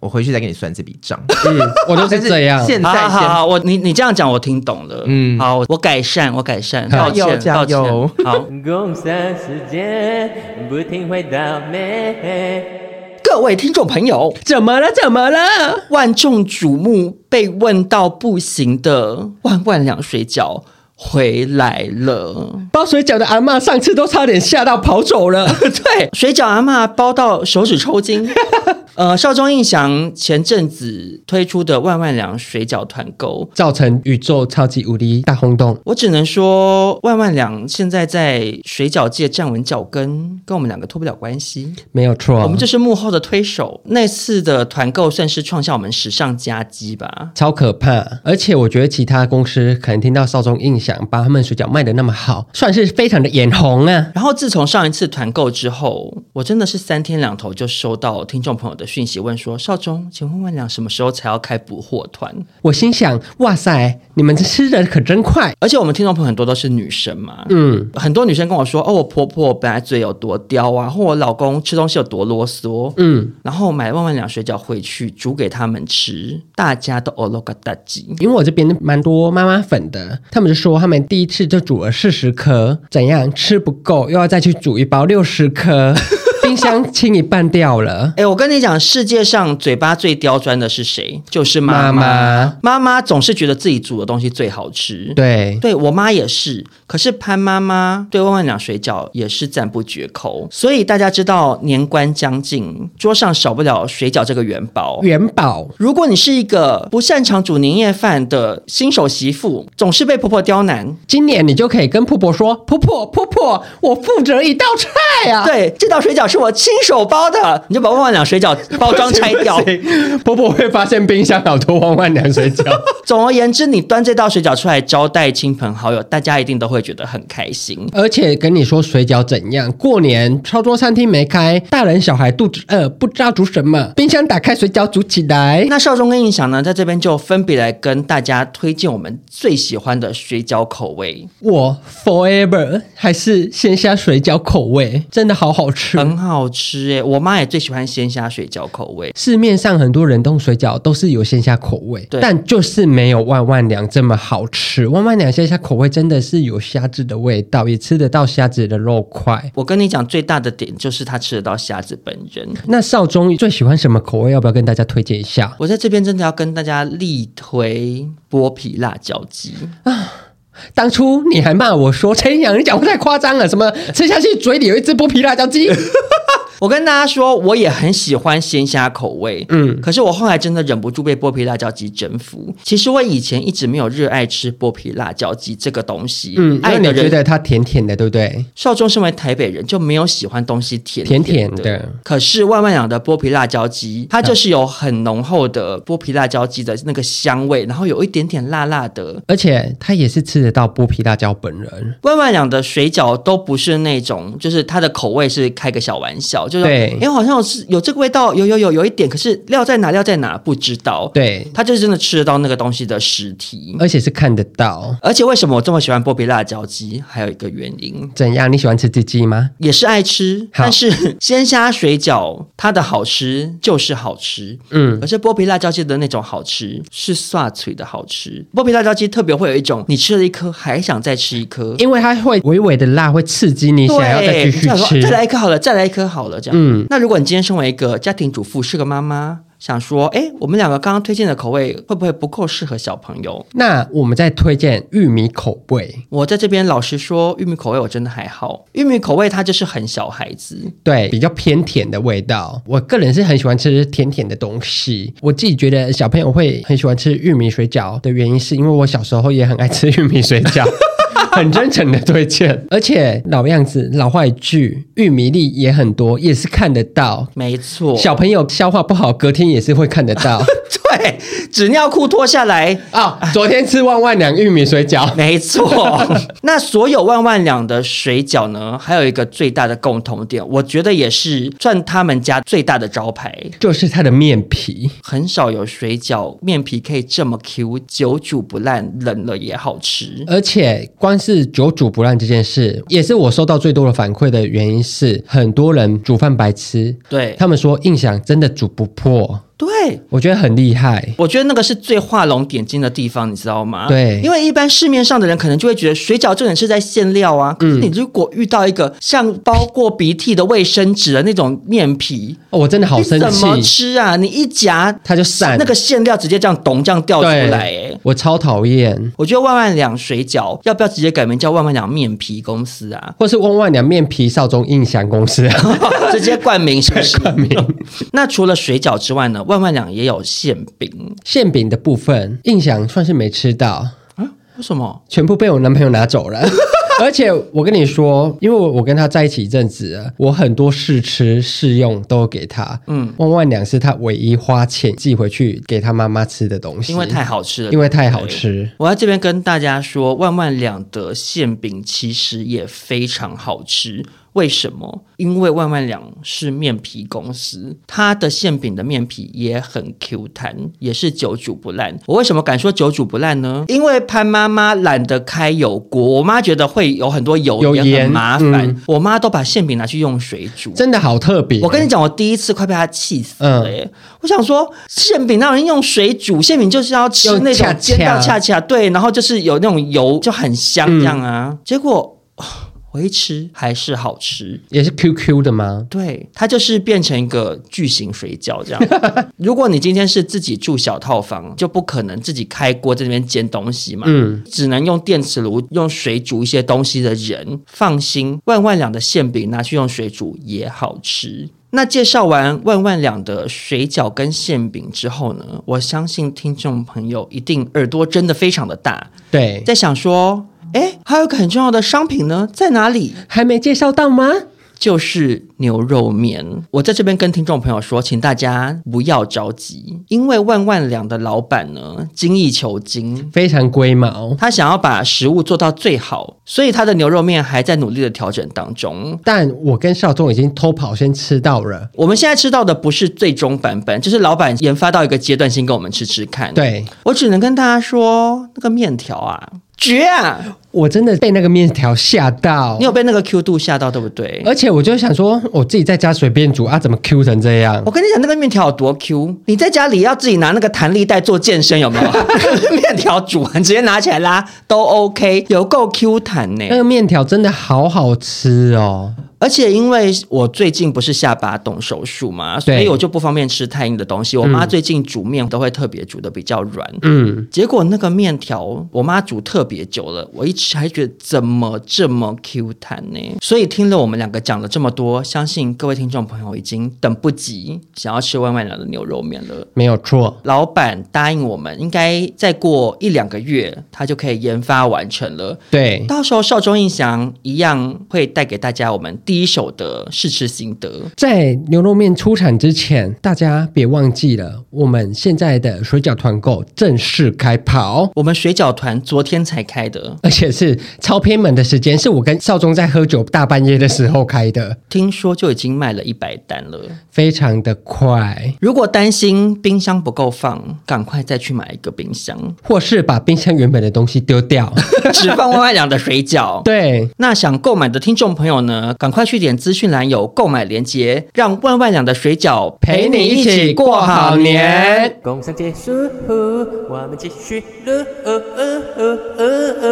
Speaker 3: 我回去再给你算这笔账。
Speaker 1: 嗯，我都是这样
Speaker 3: *laughs* 但。现
Speaker 2: 好
Speaker 3: 在
Speaker 2: 好好
Speaker 3: 先
Speaker 2: 好，我你你这样讲我听懂了，嗯，好，我改善，我改善，
Speaker 1: 加
Speaker 2: 道
Speaker 3: 油
Speaker 2: 歉，
Speaker 3: 加
Speaker 2: 道歉
Speaker 3: 油，
Speaker 2: 好，
Speaker 4: 共享时间，不停会倒霉。
Speaker 2: 各位听众朋友，
Speaker 1: 怎么了？怎么了？
Speaker 2: 万众瞩目、被问到不行的万万两水饺回来了。
Speaker 1: 包水饺的阿嬷上次都差点吓到跑
Speaker 2: *laughs*
Speaker 1: 走了。
Speaker 2: 对，水饺阿嬷包到手指抽筋。呃，少中印象前阵子推出的万万两水饺团购。
Speaker 1: 造成宇宙超级无敌大轰动。
Speaker 2: 我只能说，万万两现在在水饺界站稳脚跟，跟我们两个脱不了关系。
Speaker 1: 没有错，
Speaker 2: 我们就是幕后的推手。那次的团购算是创下我们史上佳绩吧。
Speaker 1: 超可怕。而且我觉得其他公司可能听到少中印象把他们水饺卖的那么好，算是非常的眼红啊。
Speaker 2: 然后自从上一次团购之后，我真的是三天两头就收到听众朋友的讯息，问说：“少中，请问万两什么时候才要开补货团
Speaker 1: 我心想，哇塞，你们吃的可真快？”。
Speaker 2: 而且我们听众朋友很多都是女生嘛，
Speaker 1: 嗯，
Speaker 2: 很多女生跟我说：“哦，我婆婆本来嘴有多刁啊，或我老公吃东西有多啰嗦。”嗯，然后买万万两水饺回去煮给他们吃，大家都哦咯嘎达鸡。
Speaker 1: 因为我这边蛮多妈妈粉的，他们就说他们第一次就煮了四十颗，怎样吃不够，又要再去煮一包六十颗，冰箱清一半掉了。
Speaker 2: 哎，我跟你讲，世界上嘴巴最刁钻的是谁？就是妈妈。
Speaker 1: 妈妈
Speaker 2: 妈妈总是觉得自己煮的东西最好吃。
Speaker 1: 对，
Speaker 2: 对我妈也是，可是潘妈妈对万万两水饺也是赞不绝口，所以大家知道年关将近，桌上少不了水饺这个元宝。
Speaker 1: 元宝
Speaker 2: 如果你是一个不擅长煮年夜饭的新手媳妇，总是被婆婆刁难，
Speaker 1: 今年你就可以跟婆婆说，婆婆婆婆，我负责一道菜啊。
Speaker 2: 对，这道水饺是我亲手包的，你就把万万两水饺包装拆掉。
Speaker 1: *laughs* 婆婆会发现冰箱好多万万凉水
Speaker 2: *laughs*
Speaker 1: 饺。
Speaker 2: 总而言之，你端这道水饺出来招待亲朋好友，大家一定都会觉得很开心。
Speaker 1: 而且跟你说水饺怎样？过年超多餐厅没开，大人小孩肚子饿，不知道煮什么，冰箱打开水饺煮起来。
Speaker 2: 那少中跟印象呢，在这边就分别来跟大家推荐我们最喜欢的水饺口味，
Speaker 1: 我 forever 还是鲜虾水饺口味，真的好好吃。
Speaker 2: 很好吃诶、我妈也最喜欢鲜虾水饺口味。
Speaker 1: 市面上很多冷冻水饺都是有鲜虾口味，
Speaker 2: 对
Speaker 1: 但就是没有万万良这么好吃。万万良鲜虾口味真的是有虾子的味道，也吃得到虾子的肉块。
Speaker 2: 我跟你讲，最大的点就是她吃得到虾子本人。
Speaker 1: 那少中最喜欢什么口味？要不要跟大家推荐一下？
Speaker 2: 我在这边真的要跟大家力推剥皮辣椒鸡，
Speaker 1: 当初你
Speaker 2: *laughs*
Speaker 1: 还骂我说陈阳，你讲话太夸张了，什么吃下去嘴里有一只剥皮辣椒鸡，
Speaker 2: 我跟大家说，我也很喜欢鲜虾口味，嗯，可是我后来真的忍不住被剥皮辣椒鸡征服。其实我以前一直没有热爱吃剥皮辣椒鸡这个东西，
Speaker 1: 嗯，
Speaker 2: 爱
Speaker 1: 那
Speaker 2: 的
Speaker 1: 你觉
Speaker 2: 人。
Speaker 1: 得它甜甜的，对不对？
Speaker 2: 少中身为台北人，就没有喜欢东西甜
Speaker 1: 甜
Speaker 2: 甜
Speaker 1: 甜的
Speaker 2: 可是万万养的剥皮辣椒鸡，它就是有很浓厚的剥皮辣椒鸡的那个香味，然后有一点点辣辣的，
Speaker 1: 而且它也是吃得到剥皮辣椒本人，
Speaker 2: 万万两的水饺都不是那种，就是它的口味是开个小玩笑，就是
Speaker 1: 对
Speaker 2: 哎，诶好像有吃有这个味道，有有有有一点，可是料在哪料在哪不知道。，
Speaker 1: 对，呃
Speaker 2: 他就是真的吃得到那个东西的实体。
Speaker 1: 而且是看得到。
Speaker 2: 而且为什么我这么喜欢剥皮辣椒鸡？还有一个原因，
Speaker 1: 怎样？你喜欢吃鸡鸡吗？
Speaker 2: 也是爱吃，
Speaker 1: 好
Speaker 2: 但是 *laughs* 鲜虾水饺它的好吃就是好吃，
Speaker 1: 嗯
Speaker 2: 可是剥皮辣椒鸡的那种好吃是刷嘴的好吃。剥皮辣椒鸡特别会有一种，你吃了一颗还想再吃一颗，
Speaker 1: 因为它会微微的辣，会刺激你
Speaker 2: 对，
Speaker 1: 想要再继续
Speaker 2: 你想说啊
Speaker 1: 吃
Speaker 2: 再。来一颗好了，再来一颗好了，这样。
Speaker 1: 嗯
Speaker 2: 那如果你今天身为一个家庭主妇，是个妈妈，想说，哎，我们两个刚刚推荐的口味会不会不够适合小朋友？
Speaker 1: 那我们再推荐玉米口味，
Speaker 2: 我在这边老实说，玉米口味我真的还好，玉米口味它就是很小孩子，
Speaker 1: 对，比较偏甜的味道。我个人是很喜欢吃甜甜的东西。我自己觉得小朋友会很喜欢吃玉米水饺的原因，是因为我小时候也很爱吃玉米水
Speaker 2: *laughs*
Speaker 1: 饺。很真诚的推荐，而且老样子老话一句，玉米粒也很多，也是看得到。
Speaker 2: 没错。
Speaker 1: 小朋友消化不好，隔天也是会看得
Speaker 2: *laughs*
Speaker 1: 到。
Speaker 2: 对，纸尿裤脱下来。
Speaker 1: 啊、昨天吃万万两玉米
Speaker 2: *laughs*
Speaker 1: 水饺，
Speaker 2: 没错，那所有万万两的水饺呢，还有一个最大的共同点，我觉得也是赚他们家最大的招牌，
Speaker 1: 就是它的面皮。
Speaker 2: 很少有水饺面皮可以这么 Q，久煮不烂，冷了也好吃。
Speaker 1: 而且光是久煮不烂这件事，也是我收到最多的反馈的原因是，很多人煮饭白痴，
Speaker 2: 对
Speaker 1: 他们说印象真的煮不破，
Speaker 2: 对。
Speaker 1: 我觉得很厉害。
Speaker 2: 我觉得那个是最画龙点睛的地方，你知道吗？
Speaker 1: 对
Speaker 2: 因为一般市面上的人可能就会觉得水饺重点是在馅料啊，可是你如果遇到一个像包过鼻涕的卫生纸的那种面皮，
Speaker 1: 哦、我真的好
Speaker 2: 你
Speaker 1: 生
Speaker 2: 怎么
Speaker 1: 气，
Speaker 2: 吃啊？你一夹
Speaker 1: 它就散
Speaker 2: 那个馅料直接这样咚这样掉出
Speaker 1: 对，
Speaker 2: 来、哎。
Speaker 1: 我超讨厌。
Speaker 2: 我觉得万万两水饺要不要直接改名叫万万两面皮公司啊？ *laughs*
Speaker 1: 或是万万两面皮少中印象公司、 *laughs*
Speaker 2: 直接冠名是不是？冠名。那除了水饺之外呢，万万两也有馅饼
Speaker 1: 馅饼的部分，印象算是没吃到，
Speaker 2: 啊？为什么？
Speaker 1: 全部被我男朋友拿走了。 *laughs* 而且我跟你说，因为我我跟他在一起一阵子了，我很多试吃试用都给他。嗯，万万两是他唯一花钱寄回去给他妈妈吃的东西，
Speaker 2: 因为太好吃了，
Speaker 1: 因为太好吃。
Speaker 2: 我在这边跟大家说，万万两的馅饼其实也非常好吃。为什么？因为万万两是面皮公司，它的馅饼的面皮也很 Q 弹，也是久煮不烂。我为什么敢说久煮不烂呢？因为潘妈妈懒得开油锅，我妈觉得会有很多油
Speaker 1: 有
Speaker 2: 也
Speaker 1: 盐
Speaker 2: 很麻烦，
Speaker 1: 嗯
Speaker 2: 我妈都把馅饼拿去用水煮。
Speaker 1: 真的好特别。
Speaker 2: 我跟你讲，我第一次快被他气死了、欸。
Speaker 1: 嗯
Speaker 2: 我想说，馅饼那人用水煮，馅饼就是要吃
Speaker 1: 用
Speaker 2: 那
Speaker 1: 恰
Speaker 2: 种煎到
Speaker 1: 恰
Speaker 2: 恰恰对，然后就是有那种油就很香
Speaker 1: 嗯
Speaker 2: 这样啊。结果哦我一吃还是好吃。
Speaker 1: 也是 QQ 的吗？
Speaker 2: 对，它就是变成一个巨型水饺这样。如果你今天是自己住小套房，就不可能自己开锅在那边煎东西嘛，嗯，只能用电磁炉用水煮一些东西的人，放心，万万两的馅饼拿去用水煮也好吃。那介绍完万万两的水饺跟馅饼之后呢，我相信听众朋友一定耳朵真的非常的大，
Speaker 1: 对，
Speaker 2: 在想说，哎，还有一个很重要的商品呢，在哪里？
Speaker 1: 还没介绍到吗？
Speaker 2: 就是牛肉面。我在这边跟听众朋友说，请大家不要着急，因为万万两的老板呢精益求精。
Speaker 1: 非常龟毛，
Speaker 2: 他想要把食物做到最好，所以他的牛肉面还在努力的调整当中。
Speaker 1: 但我跟少中已经偷跑先吃到了。
Speaker 2: 我们现在吃到的不是最终版本，就是老板研发到一个阶段性，跟我们吃吃看。，
Speaker 1: 对
Speaker 2: 我只能跟大家说，那个面条啊，绝啊！
Speaker 1: 我真的被那个面条吓到
Speaker 2: 你。有被那个 Q 度吓到，对不对？
Speaker 1: 而且我就想说，我自己在家随便煮啊，怎么 Q 成这样
Speaker 2: 我？跟你讲，那个面条有多 Q，你在家里要自己拿那个弹力带做健身，有没
Speaker 1: *laughs*
Speaker 2: 有？面条煮完直接拿起来拉都 OK，有够 Q 弹呢、
Speaker 1: 那个面条真的好好吃哦，
Speaker 2: 而且因为我最近不是下巴动手术嘛，所
Speaker 1: 对
Speaker 2: 以我就不方便吃太硬的东西。我妈最近煮面都会特别煮的比较软，
Speaker 1: 嗯，
Speaker 2: 结果那个面条我妈煮特别久了，我一还觉得怎么这么 Q 弹呢？所以听了我们两个讲了这么多，相信各位听众朋友已经等不及想要吃万万良的牛肉面了。
Speaker 1: 没有错。
Speaker 2: 老板答应我们，应该再过一两个月，他就可以研发完成了。
Speaker 1: 对，
Speaker 2: 到时候少中印象一样会带给大家我们第一手的试吃心得。
Speaker 1: 在牛肉面出产之前，大家别忘记了，我们现在的水饺团购正式开跑。
Speaker 2: 我们水饺团昨天才开的，
Speaker 1: 而且是超偏门的时间，是我跟少宗在喝酒大半夜的时候开的，
Speaker 2: 听说就已经卖了一百单了。
Speaker 1: 非常的快。
Speaker 2: 如果担心冰箱不够放，赶快再去买一个冰
Speaker 1: *laughs*
Speaker 2: 箱，
Speaker 1: 或是把冰箱原本的东西丢掉。 *laughs*
Speaker 2: 只放万万良的水饺。
Speaker 1: 对，
Speaker 2: 那想购买的听众朋友呢，赶快去点资讯栏有购买链接，让万万两的水饺陪你一起过好年。
Speaker 4: 工商结束，我们继续录。哦哦哦哦哦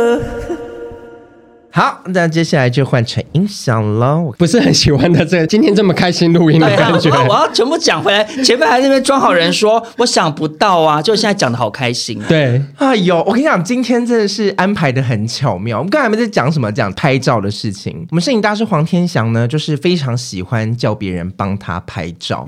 Speaker 3: 好，那接下来就换成音响喽。
Speaker 1: 不是很喜欢的这个今天这么开心录音的
Speaker 2: 对啊，
Speaker 1: 感觉。
Speaker 2: 我要全部讲回来。前面还在那边装好人说， *laughs* 我想不到啊，就现在讲的好开心、啊。
Speaker 1: 对，
Speaker 3: 哎呦，我跟你讲，今天真的是安排的很巧妙。我们刚才还在讲什么？讲拍照的事情。我们摄影大师黄天祥呢，就是非常喜欢叫别人帮他拍 *laughs* 照。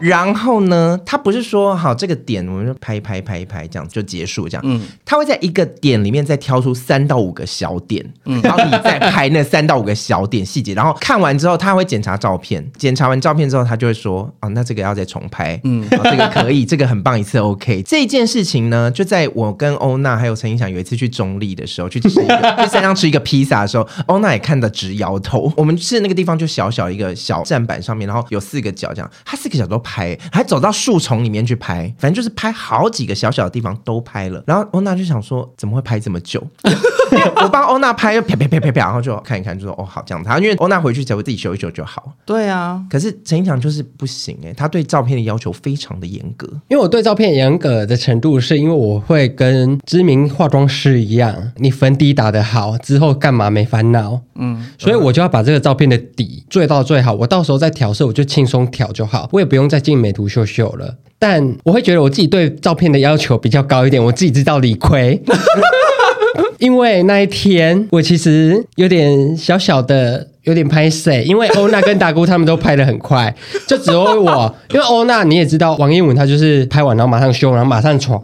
Speaker 3: 然后呢，他不是说好这个点我们就拍拍拍拍这样就结束这样，嗯，他会在一个点里面再挑出三到五个小点，嗯，然后你再拍那三到五个小点细节，然后看完之后他会检查照片，检查完照片之后他就会说啊，那这个要再重拍，嗯，啊、这个可以， *laughs* 这个很棒，一次 OK。这件事情呢，就在我跟欧娜还有陈映响有一次去中立的时候，去吃一个去山上吃一个披萨的时候，欧娜也看得直摇头。我们吃的那个地方就小小一个小站板上面，然后有四个角这样，他四个角都拍，还走到树丛里面去拍，反正就是拍好几个小小的地方都拍了。然后欧娜就想说，怎么会拍这么久？因为我帮欧娜拍，就啪啪啪啪啪，然后就看一看，就说哦好这样子。她因为欧娜回去只会自己修一修就好。
Speaker 2: 对啊，
Speaker 3: 可是陈映响就是不行哎、他对照片的要求非常的严格。
Speaker 1: 因为我对照片严格的程度，是因为我会跟知名化妆师一样，你粉底打得好之后干嘛没烦恼？嗯，所以我就要把这个照片的底做到最好，我到时候再调色，我就轻松调就好，我也不用再进美图秀秀了。但我会觉得我自己对照片的要求比较高一点，我自己知道理亏。因为那一天我其实有点小小的。有点拍谁？因为欧娜跟达姑他们都拍的很快， *laughs* 就只有我。因为欧娜你也知道，王一文他就是拍完然后马上修，然后马上传。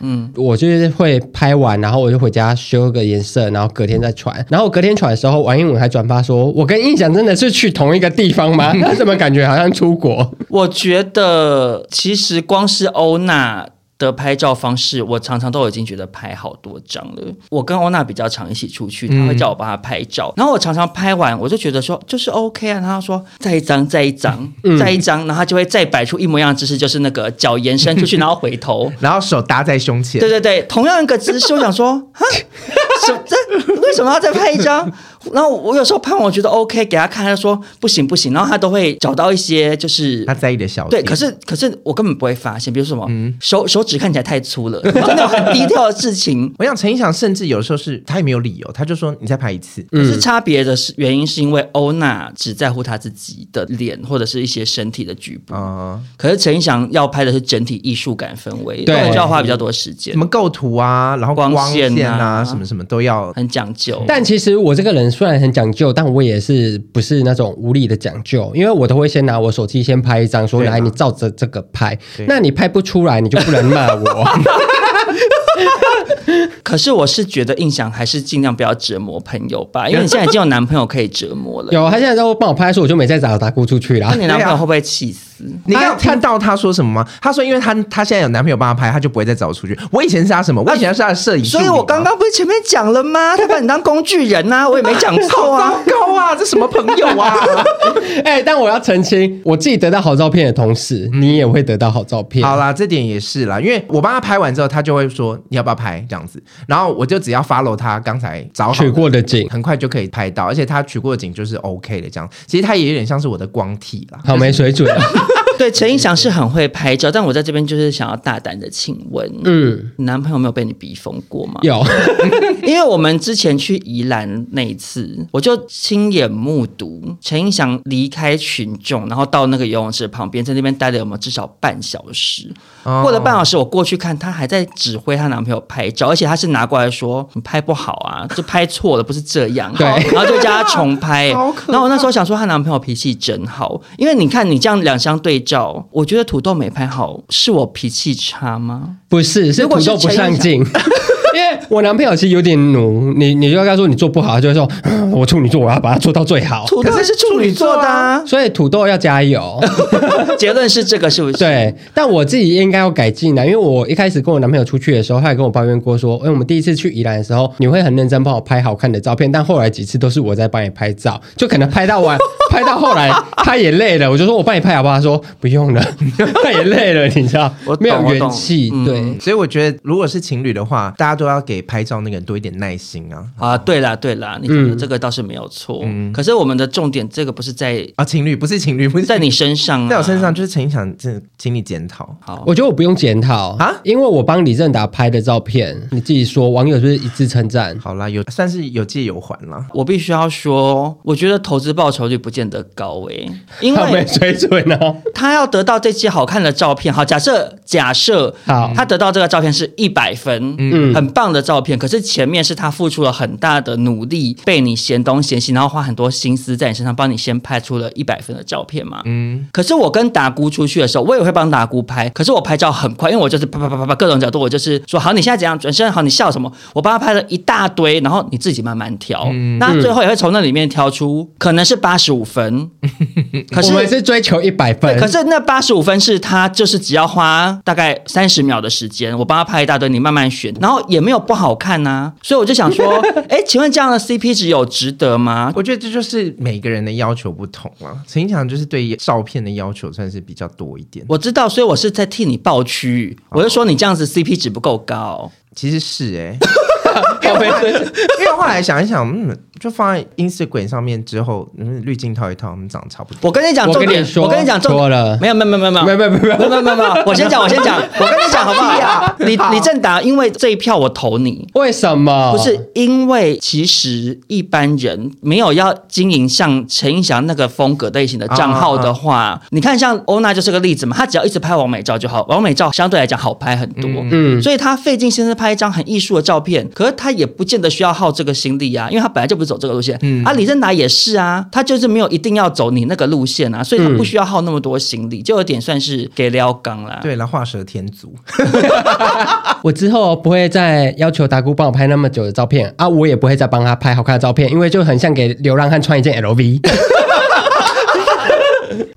Speaker 1: 嗯，我就是会拍完，然后我就回家修个颜色，然后隔天再传。然后隔天传的时候，王一文还转发说：“我跟印象真的是去同一个地方吗？ *laughs* 他怎么感觉好像出国
Speaker 2: 我觉得其实光是欧娜。的拍照方式，我常常都已经觉得拍好多张了。我跟欧娜比较常一起出去，她会叫我帮她拍照，
Speaker 1: 嗯
Speaker 2: 然后我常常拍完，我就觉得说就是 OK 啊，然后她说再一张，再一张，
Speaker 1: 嗯
Speaker 2: 再一张，然后她就会再摆出一模一样的姿势，就是那个脚延伸
Speaker 1: *laughs*
Speaker 2: 出去，然后回头，
Speaker 3: 然后手搭在胸前
Speaker 2: 对，对对，同样一个姿势，我想
Speaker 3: *laughs*
Speaker 2: 说，哈，什这为什么要再拍一张？然后我有时候拍完我觉得 OK，给他看，他就说不行不行，然后他都会找到一些就是
Speaker 3: 他在意的小
Speaker 2: 对，
Speaker 3: 点。嗯
Speaker 2: 可是可是我根本不会发现，比如说什么、手手指看起来太粗
Speaker 3: *laughs*
Speaker 2: 了，就那种很低调的事情。
Speaker 3: 我想陈意翔甚至有的时候是他也没有理由，他就说你再拍一次。
Speaker 2: 可是差别的是原因是因为欧娜只在乎她自己的脸或者是一些身体的局部，
Speaker 3: 啊、
Speaker 2: 可是陈意翔要拍的是整体艺术感氛围，
Speaker 1: 对
Speaker 2: 那我就要花比较多时间
Speaker 3: 什，么构图啊，然后
Speaker 2: 光
Speaker 3: 光
Speaker 2: 线啊
Speaker 3: 线啊，什么什么都要。
Speaker 2: 很讲究？”。
Speaker 1: 但其实我这个人虽然很讲究，但我也是不是那种无理的讲究，因为我都会先拿我手机先拍一张，说
Speaker 3: 对啊
Speaker 1: 来你照着这个拍
Speaker 3: 对，
Speaker 1: 那你拍不出来你就不能骂
Speaker 3: *laughs*
Speaker 1: 我。
Speaker 2: 可是我是觉得印象还是尽量不要折磨朋友 *laughs* 吧，因为你现在已经有男朋友可以折磨了。
Speaker 1: 有，他现在都帮我拍，所以我就没再找达姑出去啦
Speaker 3: 嗯
Speaker 2: 那。你男朋友会不会气死？
Speaker 3: 你刚刚有看到他说什么吗？他说，因为他他现在有男朋友帮他拍，他就不会再找我出去。我以前是他什么？我以前是他的摄影助
Speaker 2: 所
Speaker 3: 理
Speaker 2: 以
Speaker 3: 吗、
Speaker 2: 我刚刚不是前面讲了吗？他把你当工具人 *laughs* 呐、啊，我也没讲错啊
Speaker 3: 好。高啊，这什么朋友啊？
Speaker 1: 哎、但我要澄清，我自己得到好照片的同时，你也会得到好照片。
Speaker 3: 好啦，这点也是啦，因为我帮他拍完之后，他就会说你要不要拍这样子，然后我就只要 follow 他刚才找好的
Speaker 1: 取过的景，
Speaker 3: 很快就可以拍到，而且他取过的景就是 OK 的这样。其实他也有点像是我的光体啦，
Speaker 1: 好没水准啊。
Speaker 2: 对，陈映祥是很会拍照，但我在这边就是想要大胆的请问，
Speaker 1: 嗯，
Speaker 2: 你男朋友没有被你逼疯过吗？
Speaker 1: 有， *laughs*
Speaker 2: 因为我们之前去宜兰那一次，我就亲眼目睹陈映祥离开群众，然后到那个游泳池旁边，在那边待了有没有至少半小时？过了半小时，我过去看，她还在指挥她男朋友拍照，而且她是拿过来说你拍不好啊， *laughs* 就拍错了，不是这样。
Speaker 1: 对
Speaker 2: 然后就叫她重拍。 *laughs* 然后我那时候想说，她男朋友脾气真好，因为你看你这样两相对照，我觉得土豆没拍好，是我脾气差吗？
Speaker 1: 不是是
Speaker 2: 如果
Speaker 1: 土
Speaker 2: 是
Speaker 1: 豆不
Speaker 2: 陈
Speaker 1: 上
Speaker 2: 映
Speaker 1: 进。 *laughs* 因为我男朋友其实有点奴，你你就跟他说你做不好，他就会说嗯我处女座，我要把它做到最好。
Speaker 2: 土豆哦是处女座的、啊，
Speaker 1: 所以土豆要加
Speaker 2: *laughs*
Speaker 1: 油。
Speaker 2: 结论是这个是不是？。
Speaker 1: 对，但我自己应该要改进啊的，因为我一开始跟我男朋友出去的时候，他也跟我抱怨过说，哎、我们第一次去宜兰的时候，你会很认真帮我拍好看的照片，但后来几次都是我在帮你拍照，就可能拍到完， *laughs* 拍到后来他也累了，我就说我帮你拍好不好？他说不用
Speaker 2: *laughs*
Speaker 1: 了，他也累了，你知道
Speaker 2: 我，懂
Speaker 1: 没有
Speaker 2: 我
Speaker 1: 元
Speaker 2: 懂
Speaker 1: 气，
Speaker 2: 嗯
Speaker 1: 对。
Speaker 3: 所以我觉得，如果是情侣的话，大家都要给拍照那个人多一点耐心啊。
Speaker 2: 啊，对啦，对啦，你
Speaker 3: 嗯
Speaker 2: 讲的这个倒是没有错。可是我们的重点，这个不是在
Speaker 3: 啊，情侣不是情侣，不是
Speaker 2: 在你身上、啊，
Speaker 3: 在我身上，就是陈想真的，请你检讨。
Speaker 2: 好，
Speaker 1: 我觉得我不用检讨
Speaker 3: 啊
Speaker 1: 因为我帮李正达拍的照片，你自己说，网友是不是一致称赞？
Speaker 3: 好啦，有算是有借有还啦。
Speaker 2: 我必须要说，我觉得投资报酬率不见得高诶、因
Speaker 1: 他没
Speaker 2: 为
Speaker 1: 水准哦。
Speaker 2: 他要得到这些好看的照片，好，假设假设
Speaker 1: 好
Speaker 2: 他得到这个照片是一百分，
Speaker 1: 嗯
Speaker 2: 很棒的照片，可是前面是他付出了很大的努力，被你嫌东嫌西，然后花很多心思在你身上，帮你先拍出了一百分的照片嘛，
Speaker 3: 嗯，
Speaker 2: 可是我跟达姑出去的时候，我也会帮达姑拍，可是我拍照很快，因为我就是啪啪啪啪啪各种角度，我就是说好你现在怎样转身，好你笑什么，我帮他拍了一大堆，然后你自己慢慢挑，
Speaker 1: 嗯
Speaker 2: 那最后也会从那里面挑出可能是八十五分，可
Speaker 1: 我们
Speaker 2: 是。
Speaker 1: 是追求一百分
Speaker 2: 对，，可是那八十五分是他就是只要花大概三十秒的时间，我帮他拍一大堆，你慢慢选，然后也没有不好看呐、所以我就想
Speaker 1: *laughs*
Speaker 2: 说，哎，请问这样的 CP 值有值得吗？
Speaker 3: 我觉得这就是每个人的要求不同啦。陈想就是对照片的要求算是比较多一点。
Speaker 2: 我知道，所以我是在替你抱屈，我就说你这样子 CP 值不够高。
Speaker 3: 其实是哎、
Speaker 2: *laughs*
Speaker 3: 因为后来想一想，嗯，就放在 Instagram 上面之后，嗯，滤镜套一套，我们长得差不多。
Speaker 2: 我跟你讲
Speaker 1: 我
Speaker 2: 重
Speaker 1: 跟
Speaker 2: 点
Speaker 1: 你，说
Speaker 2: 我跟你讲重
Speaker 1: 错了
Speaker 2: 没有没有没 *laughs* 有没有
Speaker 1: 没有没有没有
Speaker 2: 没有没有没有，我先讲我先讲，我跟你讲好不好？李李正达，因为这一票我投你。
Speaker 1: *laughs* 为什么？
Speaker 2: 不是因为，其实一般人没有要经营像陈映祥那个风格类型的账号的话，你看像欧娜就是个例子嘛，她只要一直拍完美照就好，完美照相对来讲好拍很多，
Speaker 1: 嗯
Speaker 2: 所以她费尽心思拍一张很艺术的照片，可是她也不见得需要耗这个心力啊，因为她本来就不是走这个路线，啊，李正达也是啊，他就是没有一定要走你那个路线啊，所以他不需要耗那么多心力，就有点算是给撩刚啦。
Speaker 3: 对了，画蛇添足。
Speaker 1: 啊我之后不会再要求达姑帮我拍那么久的照片啊，我也不会再帮他拍好看的照片，因为就很像给流浪汉穿一
Speaker 2: *laughs*
Speaker 1: 件 LV。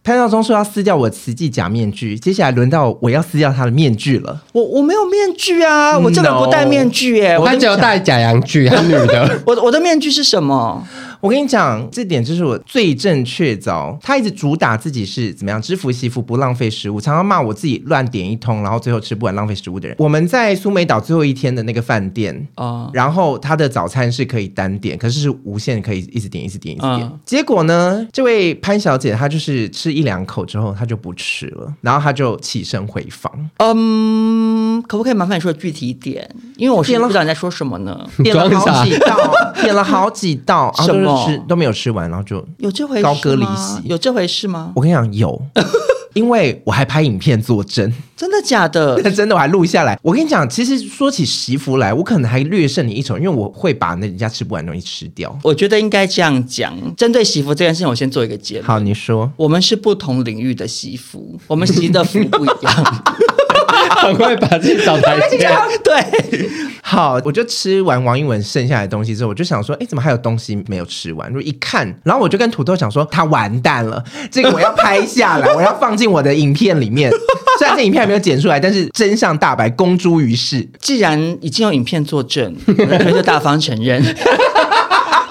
Speaker 3: 潘少忠说要撕掉我慈济假面具，接下来轮到我要撕掉他的面具了。
Speaker 2: 我我没有面具啊，我这个
Speaker 3: No
Speaker 2: 不戴面具耶、我
Speaker 1: 他
Speaker 2: 跟你
Speaker 1: 只有
Speaker 2: 讲
Speaker 1: 戴假洋具，他女
Speaker 2: *laughs*
Speaker 1: 的
Speaker 2: 我我的面具是什么？
Speaker 3: 我跟你讲，这点就是我最正确凿。他一直主打自己是怎么样知福惜福，不浪费食物，常常骂我自己乱点一通，然后最后吃不完浪费食物的人。我们在苏梅岛最后一天的那个饭店。
Speaker 2: 啊、
Speaker 3: 然后他的早餐是可以单点，可是是无限可以一直点、一直点、一直点。
Speaker 2: 嗯
Speaker 3: 结果呢，这位潘小姐她就是吃一两口之后，她就不吃了，然后她就起身回
Speaker 2: *laughs*
Speaker 3: 房。
Speaker 2: 嗯，可不可以麻烦你说具体一点？因为我是
Speaker 3: 变了
Speaker 2: 不知道你在说什么呢。
Speaker 3: *laughs* 点了
Speaker 1: 装傻
Speaker 3: 好几道，点了好几道，然后
Speaker 2: 什
Speaker 3: 都
Speaker 2: 么
Speaker 3: 是吃都没有吃完，然后就
Speaker 2: *laughs* 有这回事吗
Speaker 3: 高歌离席
Speaker 2: 有这回事吗？
Speaker 3: 我跟你讲有，因为我还拍影片作证，
Speaker 2: 真的假的？
Speaker 3: *laughs* 真的我还录下来。我跟你讲，其实说起媳妇来，我可能还略胜你一筹，因为我会把那人家吃不完的东西吃掉。
Speaker 2: 我觉得应该这样讲。针对媳妇这件事情，我先做一个结论。
Speaker 3: 好，你说。
Speaker 2: 我们是不同领域的媳妇，我们媳的服不一
Speaker 3: *laughs*
Speaker 2: 样。
Speaker 1: 很会把自己找台阶。
Speaker 2: *laughs* 对，
Speaker 3: 好，我就吃完王一文剩下的东西之后，我就想说，哎，怎么还有东西没有吃完？就一看，然后我就跟土豆想说，他完蛋了，这个我要拍下来，我要放进我的影片里面。虽然这影片还没有剪出来，但是真相大白，公诸于世。
Speaker 2: *laughs* 既然已经有影片作证，我们就大方承认。 *laughs*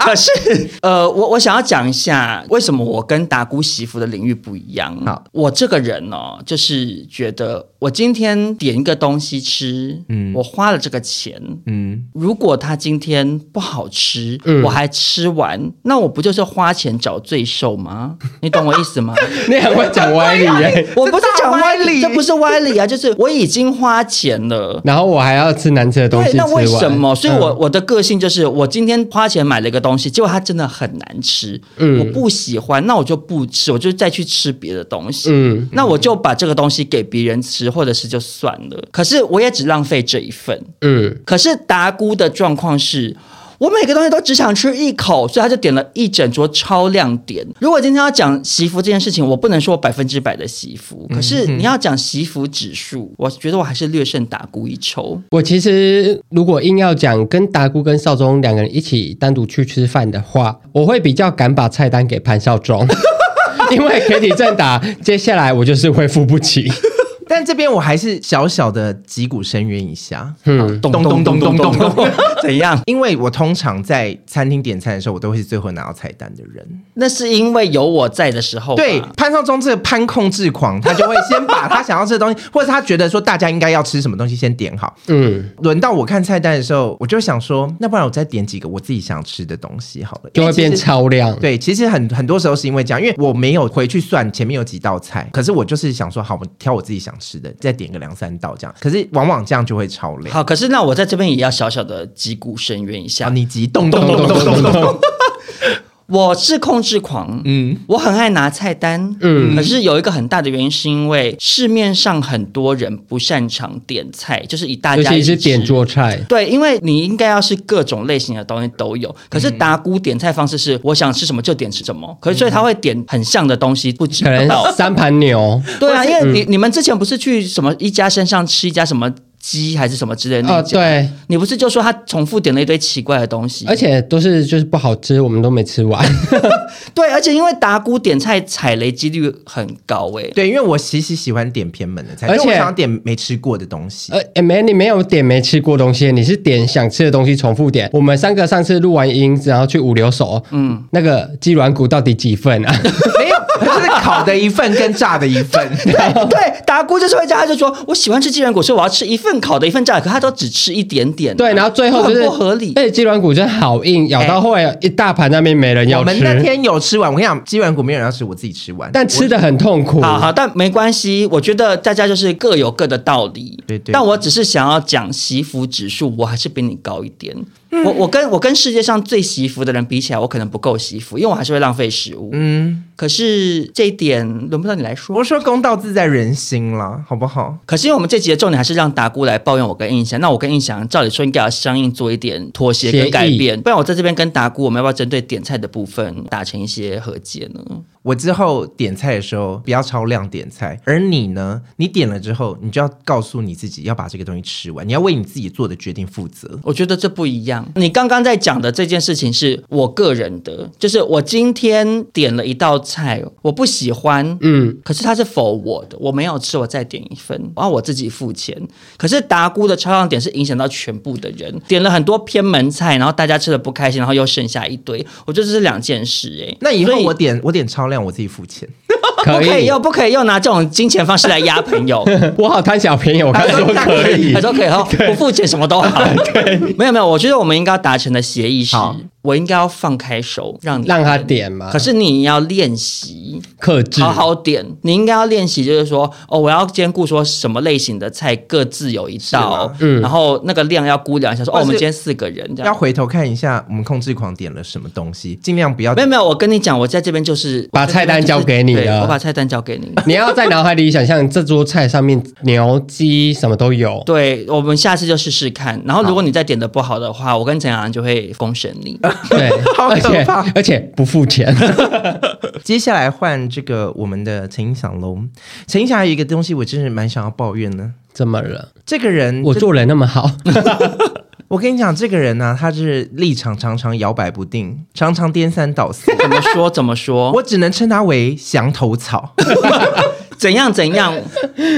Speaker 2: 可是，呃，我我想要讲一下，为什么我跟达姑媳妇的领域不一样。
Speaker 3: 好，
Speaker 2: 我这个人哦，就是觉得我今天点一个东西吃，嗯，我花了这个钱，
Speaker 3: 嗯，
Speaker 2: 如果它今天不好吃，
Speaker 1: 嗯
Speaker 2: 我还吃完，那我不就是花钱找罪受吗？你懂我意思吗？
Speaker 1: 你很会讲歪理耶、
Speaker 2: 我不是讲歪理，
Speaker 3: 这大歪理
Speaker 2: 这不是歪理啊，就是我已经花钱了。
Speaker 1: 然后我还要吃难吃的东
Speaker 2: 对，
Speaker 1: 西嗯吃
Speaker 2: 那
Speaker 1: 完。
Speaker 2: 为什么？所以我，我、的个性就是，我今天花钱买了一个东西，结果它真的很难吃，
Speaker 1: 嗯
Speaker 2: 我不喜欢，那我就不吃，我就再去吃别的东西。
Speaker 1: 嗯，
Speaker 2: 那我就把这个东西给别人吃，或者是就算了。可是我也只浪费这一份。
Speaker 1: 嗯
Speaker 2: 可是达姑的状况是。我每个东西都只想吃一口，所以他就点了一整桌超量点。如果今天要讲媳妇这件事情，我不能说百分之百的媳妇，
Speaker 1: 嗯
Speaker 2: 可是你要讲媳妇指数，我觉得我还是略胜达姑一筹。
Speaker 1: 我其实如果硬要讲跟达姑跟少宗两个人一起单独去吃饭的话，我会比较敢把菜单给潘
Speaker 2: *laughs*
Speaker 1: 少宗，因为可以正打，接下来我就是会付不起。
Speaker 3: 但这边我还是小小的击鼓深渊一下，
Speaker 1: 嗯，
Speaker 2: 咚
Speaker 3: 咚咚咚咚咚咚，
Speaker 2: 怎样？
Speaker 3: 因为我通常在餐厅点餐的时候，我都会是最后拿到菜单的人。
Speaker 2: 那是因为有我在的时候吧，
Speaker 3: 对，潘少忠这个潘控制狂，他就会先把他想要吃的东西， *laughs* 或者他觉得说大家应该要吃什么东西先点好。
Speaker 1: 嗯，
Speaker 3: 轮到我看菜单的时候，我就想说，那不然我再点几个我自己想吃的东西好了，
Speaker 1: 就
Speaker 3: 因
Speaker 1: 会
Speaker 3: 为其
Speaker 1: 变
Speaker 3: 实。
Speaker 1: 超量。
Speaker 3: 对，其实很很多时候是因为这样，因为我没有回去算前面有几道菜，可是我就是想说，好，我挑我自己想吃的，再点个两三道这样。可是往往这样就会超量。
Speaker 2: 好，可是那我在这边也要小小的击鼓深渊一
Speaker 3: 好，
Speaker 2: 下。
Speaker 3: 你急动动动动动动，
Speaker 2: 我是控制狂，
Speaker 3: 嗯，
Speaker 2: 我很爱拿菜单，
Speaker 1: 嗯
Speaker 2: 可是有一个很大的原因是因为市面上很多人不擅长点菜，就是以大
Speaker 1: 尤
Speaker 2: 家
Speaker 1: 其
Speaker 2: 一起
Speaker 1: 是点
Speaker 2: 吃。
Speaker 1: 桌菜，
Speaker 2: 对，因为你应该要是各种类型的东西都有，可是达姑点菜方式是我想吃什么就点吃什么，可是所以他会点很像的东西，不止
Speaker 1: 可能
Speaker 2: 到。
Speaker 1: 三盘牛。哦
Speaker 2: 对啊，因为你、你们之前不是去什么一家身上吃一家什么鸡还是什么之类的那
Speaker 1: 哦，
Speaker 2: 家、
Speaker 1: 对，
Speaker 2: 你不是就说他重复点了一堆奇怪的东西？
Speaker 1: 而且都是就是不好吃，我们都没吃完。 *laughs*
Speaker 2: 对，而且因为达姑点菜踩雷几率很高欸诶、
Speaker 3: 对，因为我其实喜欢点偏门的菜，
Speaker 1: 而
Speaker 3: 因为我
Speaker 1: 且
Speaker 3: 想要点没吃过的东西。
Speaker 1: 呃，诶没你没有点没吃过东西，你是点想吃的东西重复点。我们三个上次录完音，然后去五留守，嗯，那个鸡软骨到底几份啊？ *laughs*
Speaker 3: 没有，就是烤的一份跟炸的一份。
Speaker 2: *laughs* *laughs* 对对，达姑就是会这样，他就说我喜欢吃鸡软骨，所以我要吃一份烤的，一份炸的，可他都只吃一点点、啊
Speaker 1: 对，然后最后就是
Speaker 2: 很不合理。哎
Speaker 1: 而且鸡软骨真的好硬，咬到后来一大盘那边没人 *laughs*
Speaker 3: 我
Speaker 1: 要
Speaker 3: 们那
Speaker 1: 吃，
Speaker 3: 天有吃完，我跟你讲，鸡软骨没有人要吃，我自己吃完。
Speaker 1: 但吃的很痛苦。
Speaker 2: 好好，但没关系，我觉得大家就是各有各的道理。
Speaker 3: 对对
Speaker 2: 但我只是想要讲媳妇指数，我还是比你高一点。我我跟我跟世界上最媳妇的人比起来，我可能不够媳妇，因为我还是会浪费食物。
Speaker 3: 嗯，
Speaker 2: 可是这一点轮不到你来说。
Speaker 3: 我说公道自在人心啦，好不好？
Speaker 2: 可是因为我们这集的重点还是让达姑来抱怨我跟印象，那我跟印象照理说应该要相应做一点妥协
Speaker 1: 协
Speaker 2: 跟
Speaker 1: 议
Speaker 2: 改变，不然我在这边跟达姑，我们要不要针对点菜的部分达成一些和解呢？
Speaker 3: 我之后点菜的时候不要超量点菜，而你呢，你点了之后，你就要告诉你自己要把这个东西吃完，你要为你自己做的决定负责。
Speaker 2: 我觉得这不一样。你刚刚在讲的这件事情是我个人的，就是我今天点了一道菜，我不喜欢，
Speaker 1: 嗯，
Speaker 2: 可是它是否我的，我没有吃，我再点一份，然后我自己付钱。可是达姑的超量点是影响到全部的人，点了很多偏门菜，然后大家吃的不开心，然后又剩下一堆，我觉得这是两件事哎、
Speaker 3: 那以
Speaker 2: 所
Speaker 3: 后我点我点超量，我自己付钱。
Speaker 2: 不
Speaker 1: 可
Speaker 2: 可以
Speaker 1: 以，
Speaker 2: 又不可以又拿这种金钱方式来压朋友。
Speaker 1: 我好贪小便宜，我刚才说可以
Speaker 2: 他。说可以，哦，不付钱什么都好。对，没有没有，我觉得我们应该要达成的协议是
Speaker 3: 好，
Speaker 2: 我应该要放开手，让你
Speaker 1: 让他点嘛，
Speaker 2: 可是你要练习，
Speaker 1: 克制，
Speaker 2: 好好点。你应该要练习，就是说，哦，我要兼顾说什么类型的菜各自有一道
Speaker 1: 啊
Speaker 3: 吗，
Speaker 2: 然后那个量要估量一下，说，哦，
Speaker 3: 或
Speaker 2: 我
Speaker 3: 是
Speaker 2: 们今天四个人这
Speaker 3: 要
Speaker 2: 样。
Speaker 3: 回头看一下我们控制狂点了什么东西，尽量不要
Speaker 2: 没有没有，我跟你讲，我在这边就是
Speaker 1: 把菜单交给你了
Speaker 2: 对我把菜单交给你。
Speaker 3: *laughs*
Speaker 1: 你要在脑海里想象这桌菜上面牛、鸡什么都有。
Speaker 3: *laughs*
Speaker 2: 对，我们下次就试试看。然后如果你再点的不好的话，我跟陈阳就会公审你。
Speaker 1: 对，
Speaker 3: 好
Speaker 1: 而
Speaker 3: 可
Speaker 1: 且
Speaker 3: 怕
Speaker 1: 而且不付
Speaker 3: *laughs*
Speaker 1: 钱。
Speaker 3: 接下来换这个我们的陈映响喽。陈映响还有一个东西，我真是蛮想要抱怨的。
Speaker 1: 怎么了？
Speaker 3: 这个人，
Speaker 1: 我做人那么
Speaker 3: *laughs*
Speaker 1: 好，
Speaker 3: 我跟你讲，这个人呢、他是立场常常摇摆不定，常
Speaker 2: *laughs*
Speaker 3: 常颠三倒四。
Speaker 2: 怎么说？怎么说？
Speaker 3: 我只能称他为降头草。
Speaker 2: 怎样怎样？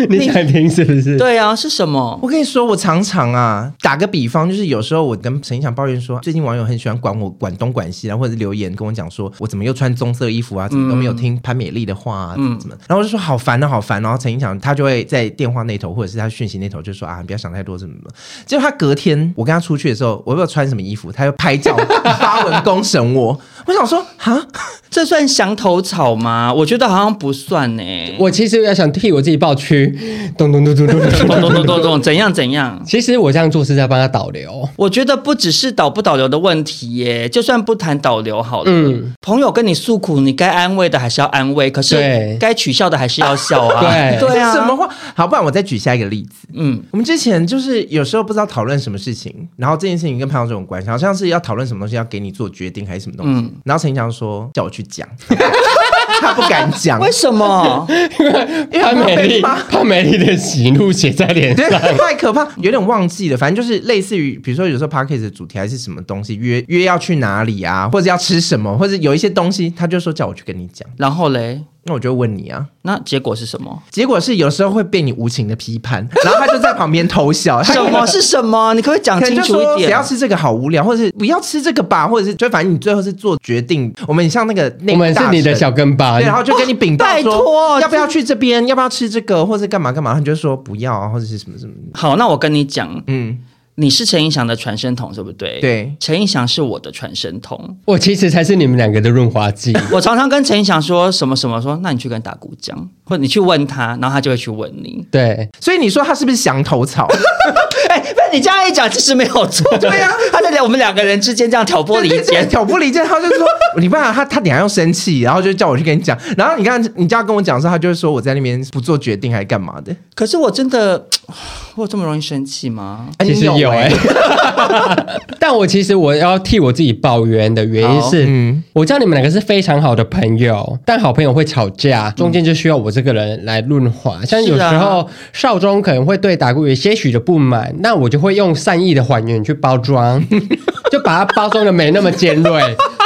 Speaker 1: 你想听是不是？
Speaker 2: 对啊，是什么？
Speaker 3: 我跟你说，我常常啊，打个比方，就是有时候我跟陈意想抱怨说，最近网友很喜欢管我管东管西，然后或者是留言跟我讲说，我怎么又穿棕色衣服
Speaker 2: 嗯
Speaker 3: 啊，怎么都没有听潘美丽的话啊，怎么怎么，然后我就说好烦啊，好烦。然后陈意想他就会在电话那头或者是他讯息那头就说啊，你不要想太多，怎么怎么。结果他隔天我跟他出去的时候，我不知道穿什么衣服，他又拍照发文公审我。我想说啊，
Speaker 2: 这算降头草吗？我觉得好像不算呢、
Speaker 1: 我其实要想替我自己抱屈，咚咚咚咚咚咚
Speaker 3: *laughs*
Speaker 2: 咚
Speaker 1: 咚。
Speaker 2: 咚咚咚咚，怎样怎样？
Speaker 1: 其实我这样做是在帮他导流，
Speaker 2: 我觉得不只是导不导流的问题耶，就算不谈导流好了，
Speaker 1: 嗯
Speaker 2: 朋友跟你诉苦，你该安慰的还是要安慰，可是
Speaker 1: 对
Speaker 2: 该取笑的还是要笑啊。
Speaker 1: 对
Speaker 2: *laughs* 对啊，
Speaker 3: 这什么话？好，不然我再举下一个例子。
Speaker 2: 嗯，
Speaker 3: 我们之前就是有时候不知道讨论什么事情，然后这件事情跟朋友这种关系，好像是要讨论什么东西，要给你做决定还是什么东西。然后陈强说叫我去讲， *laughs* 他不敢
Speaker 2: *laughs*
Speaker 3: 讲，
Speaker 2: 为什么？
Speaker 1: 潘美丽，
Speaker 3: 因为他被骂
Speaker 1: 潘美丽的喜怒写在脸
Speaker 3: 对
Speaker 1: 上。，
Speaker 3: 太可怕，有点忘记了。反正就是类似于，比如说有时候 p a c k a g e 的主题还是什么东西，约约要去哪里啊，或者要吃什么，或者有一些东西，他就说叫我去跟你讲，
Speaker 2: 然后嘞，
Speaker 3: 那我就会问你啊。
Speaker 2: 那结果是什么？
Speaker 3: 结果是有时候会被你无情的批判，然后他就在旁边偷笑，他
Speaker 2: 什么是什么？你可不可以
Speaker 1: 啊
Speaker 2: 讲
Speaker 3: 可能
Speaker 2: 清
Speaker 3: 就
Speaker 2: 楚
Speaker 3: 说
Speaker 2: 一
Speaker 3: 不
Speaker 2: 点
Speaker 3: 要？吃这个好无聊，或者是不要吃这个吧，或者是就反正你最后是做决定。我们像那个那
Speaker 1: 我们是你的小跟班
Speaker 3: 对，，然后就跟你禀报
Speaker 2: 拜
Speaker 3: 说
Speaker 2: 托
Speaker 3: 要不要去这边，要不要吃这个，或者干嘛干嘛，他就说不要啊，或者是什么什么。
Speaker 2: 好，那我跟你讲，
Speaker 3: 嗯，
Speaker 2: 你是陈映祥的传声筒，对不对？
Speaker 3: 对，
Speaker 2: 陈映祥是我的传声筒。
Speaker 1: 我其实才是你们两个的润滑剂。
Speaker 2: *laughs* 我常常跟陈映祥说什么什么说那你去跟打鼓讲，或者你去问他，然后他就会去问你。
Speaker 1: 对，
Speaker 3: 所以你说他是不是降
Speaker 1: *laughs*
Speaker 3: 头草？
Speaker 2: *laughs* 哎、被你这样一讲，其实没有错。 *laughs* 对啊呀、他在我们两个人之间这样挑拨离
Speaker 3: 对
Speaker 1: *laughs*
Speaker 3: 对对
Speaker 2: 间。
Speaker 3: 挑拨离间，他就说你不然他他等下要生气，然后就叫我去跟你讲。然后你看你这样跟我讲的时候，他就会说我在那边不做决定还干嘛的。
Speaker 2: 可是我真的， *sighs* 我有这么容易生气吗？
Speaker 3: 哎
Speaker 1: 其实
Speaker 3: 你
Speaker 1: 有
Speaker 2: 欸 *laughs*
Speaker 1: 哎、
Speaker 3: 哎、
Speaker 1: 但我其实我要替我自己抱怨的原因是，
Speaker 3: 嗯
Speaker 1: 我知道你们两个是非常好的朋友，但好朋友会吵架，中间就需要我这个人来润滑。像
Speaker 2: 嗯
Speaker 1: 有
Speaker 2: 是
Speaker 1: 时
Speaker 2: 啊
Speaker 1: 候少中可能会对打鼓有些许的不满，那我就会用善意的还原去包
Speaker 2: *laughs*
Speaker 1: 装，就把它包装的没那么尖锐。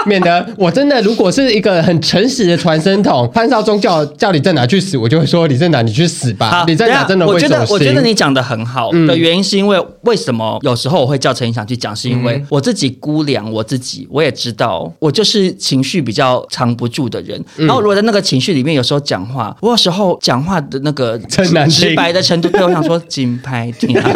Speaker 1: 免得我真的如果是一个很诚实的传声筒，潘少忠叫叫李正达去死，我就会说李正达你去死吧，李正
Speaker 2: 等一
Speaker 1: 达
Speaker 2: 下
Speaker 1: 真的
Speaker 2: 我
Speaker 1: 会
Speaker 2: 觉得
Speaker 1: 走
Speaker 2: 我觉
Speaker 1: 心嗯
Speaker 2: 得你讲的很好、的原因是因为为什么有时候我会叫陈映祥去讲，是因
Speaker 1: 嗯
Speaker 2: 为我自己估量我自己，我也知道我就是情绪比较藏不住的人。
Speaker 1: 嗯
Speaker 2: 然后如果在那个情绪里面，有时候讲话，我有时候讲话的那个
Speaker 1: 真难听
Speaker 2: 直白的程度，对我想说 *laughs* 紧拍听啊。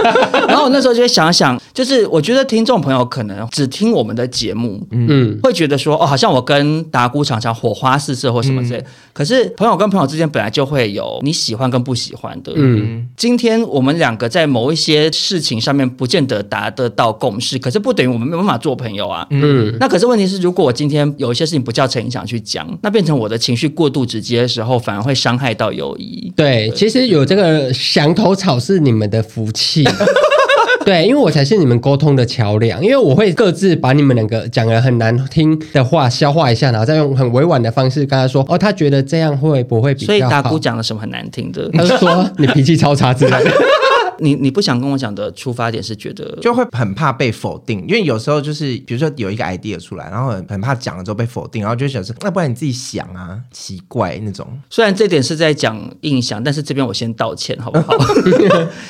Speaker 2: 然后我那时候就会想想，就是我觉得听众朋友可能只听我们的节目，
Speaker 1: 嗯，
Speaker 2: 会觉得说哦，好像我跟打鼓场上火花四射或什么之类。可是朋友跟朋友之间本来就会有你喜欢跟不喜欢的。嗯，今天我们两个在某一些事情上面不见得达得到共识，可是不等于我们没有办法做朋友啊。嗯，那可是问题是，如果我今天有一些事情不叫陈影响去讲，那变成我的情绪过度直接的时候，反而会伤害到友谊。
Speaker 1: 对，其实有这个降头草是你们的
Speaker 2: *laughs*
Speaker 1: 福气。对，因为我才是你们沟通的桥梁，因为我会各自把你们两个讲的很难听的话消化一下，然后再用很委婉的方式跟他说，哦，他觉得这样会不会比较好？
Speaker 2: 所以打鼓讲了什么很难听的？呃
Speaker 1: 他就说你脾气超差之类的。
Speaker 2: 你你不想跟我讲的出发点是觉得
Speaker 3: 就会很怕被否定，因为有时候就是比如说有一个 idea 出来，然后很很怕讲了之后被否定，然后就会想说，那不然你自己想啊，奇怪那种。
Speaker 2: 虽然这点是在讲印象，但是这边我先道歉，好不好？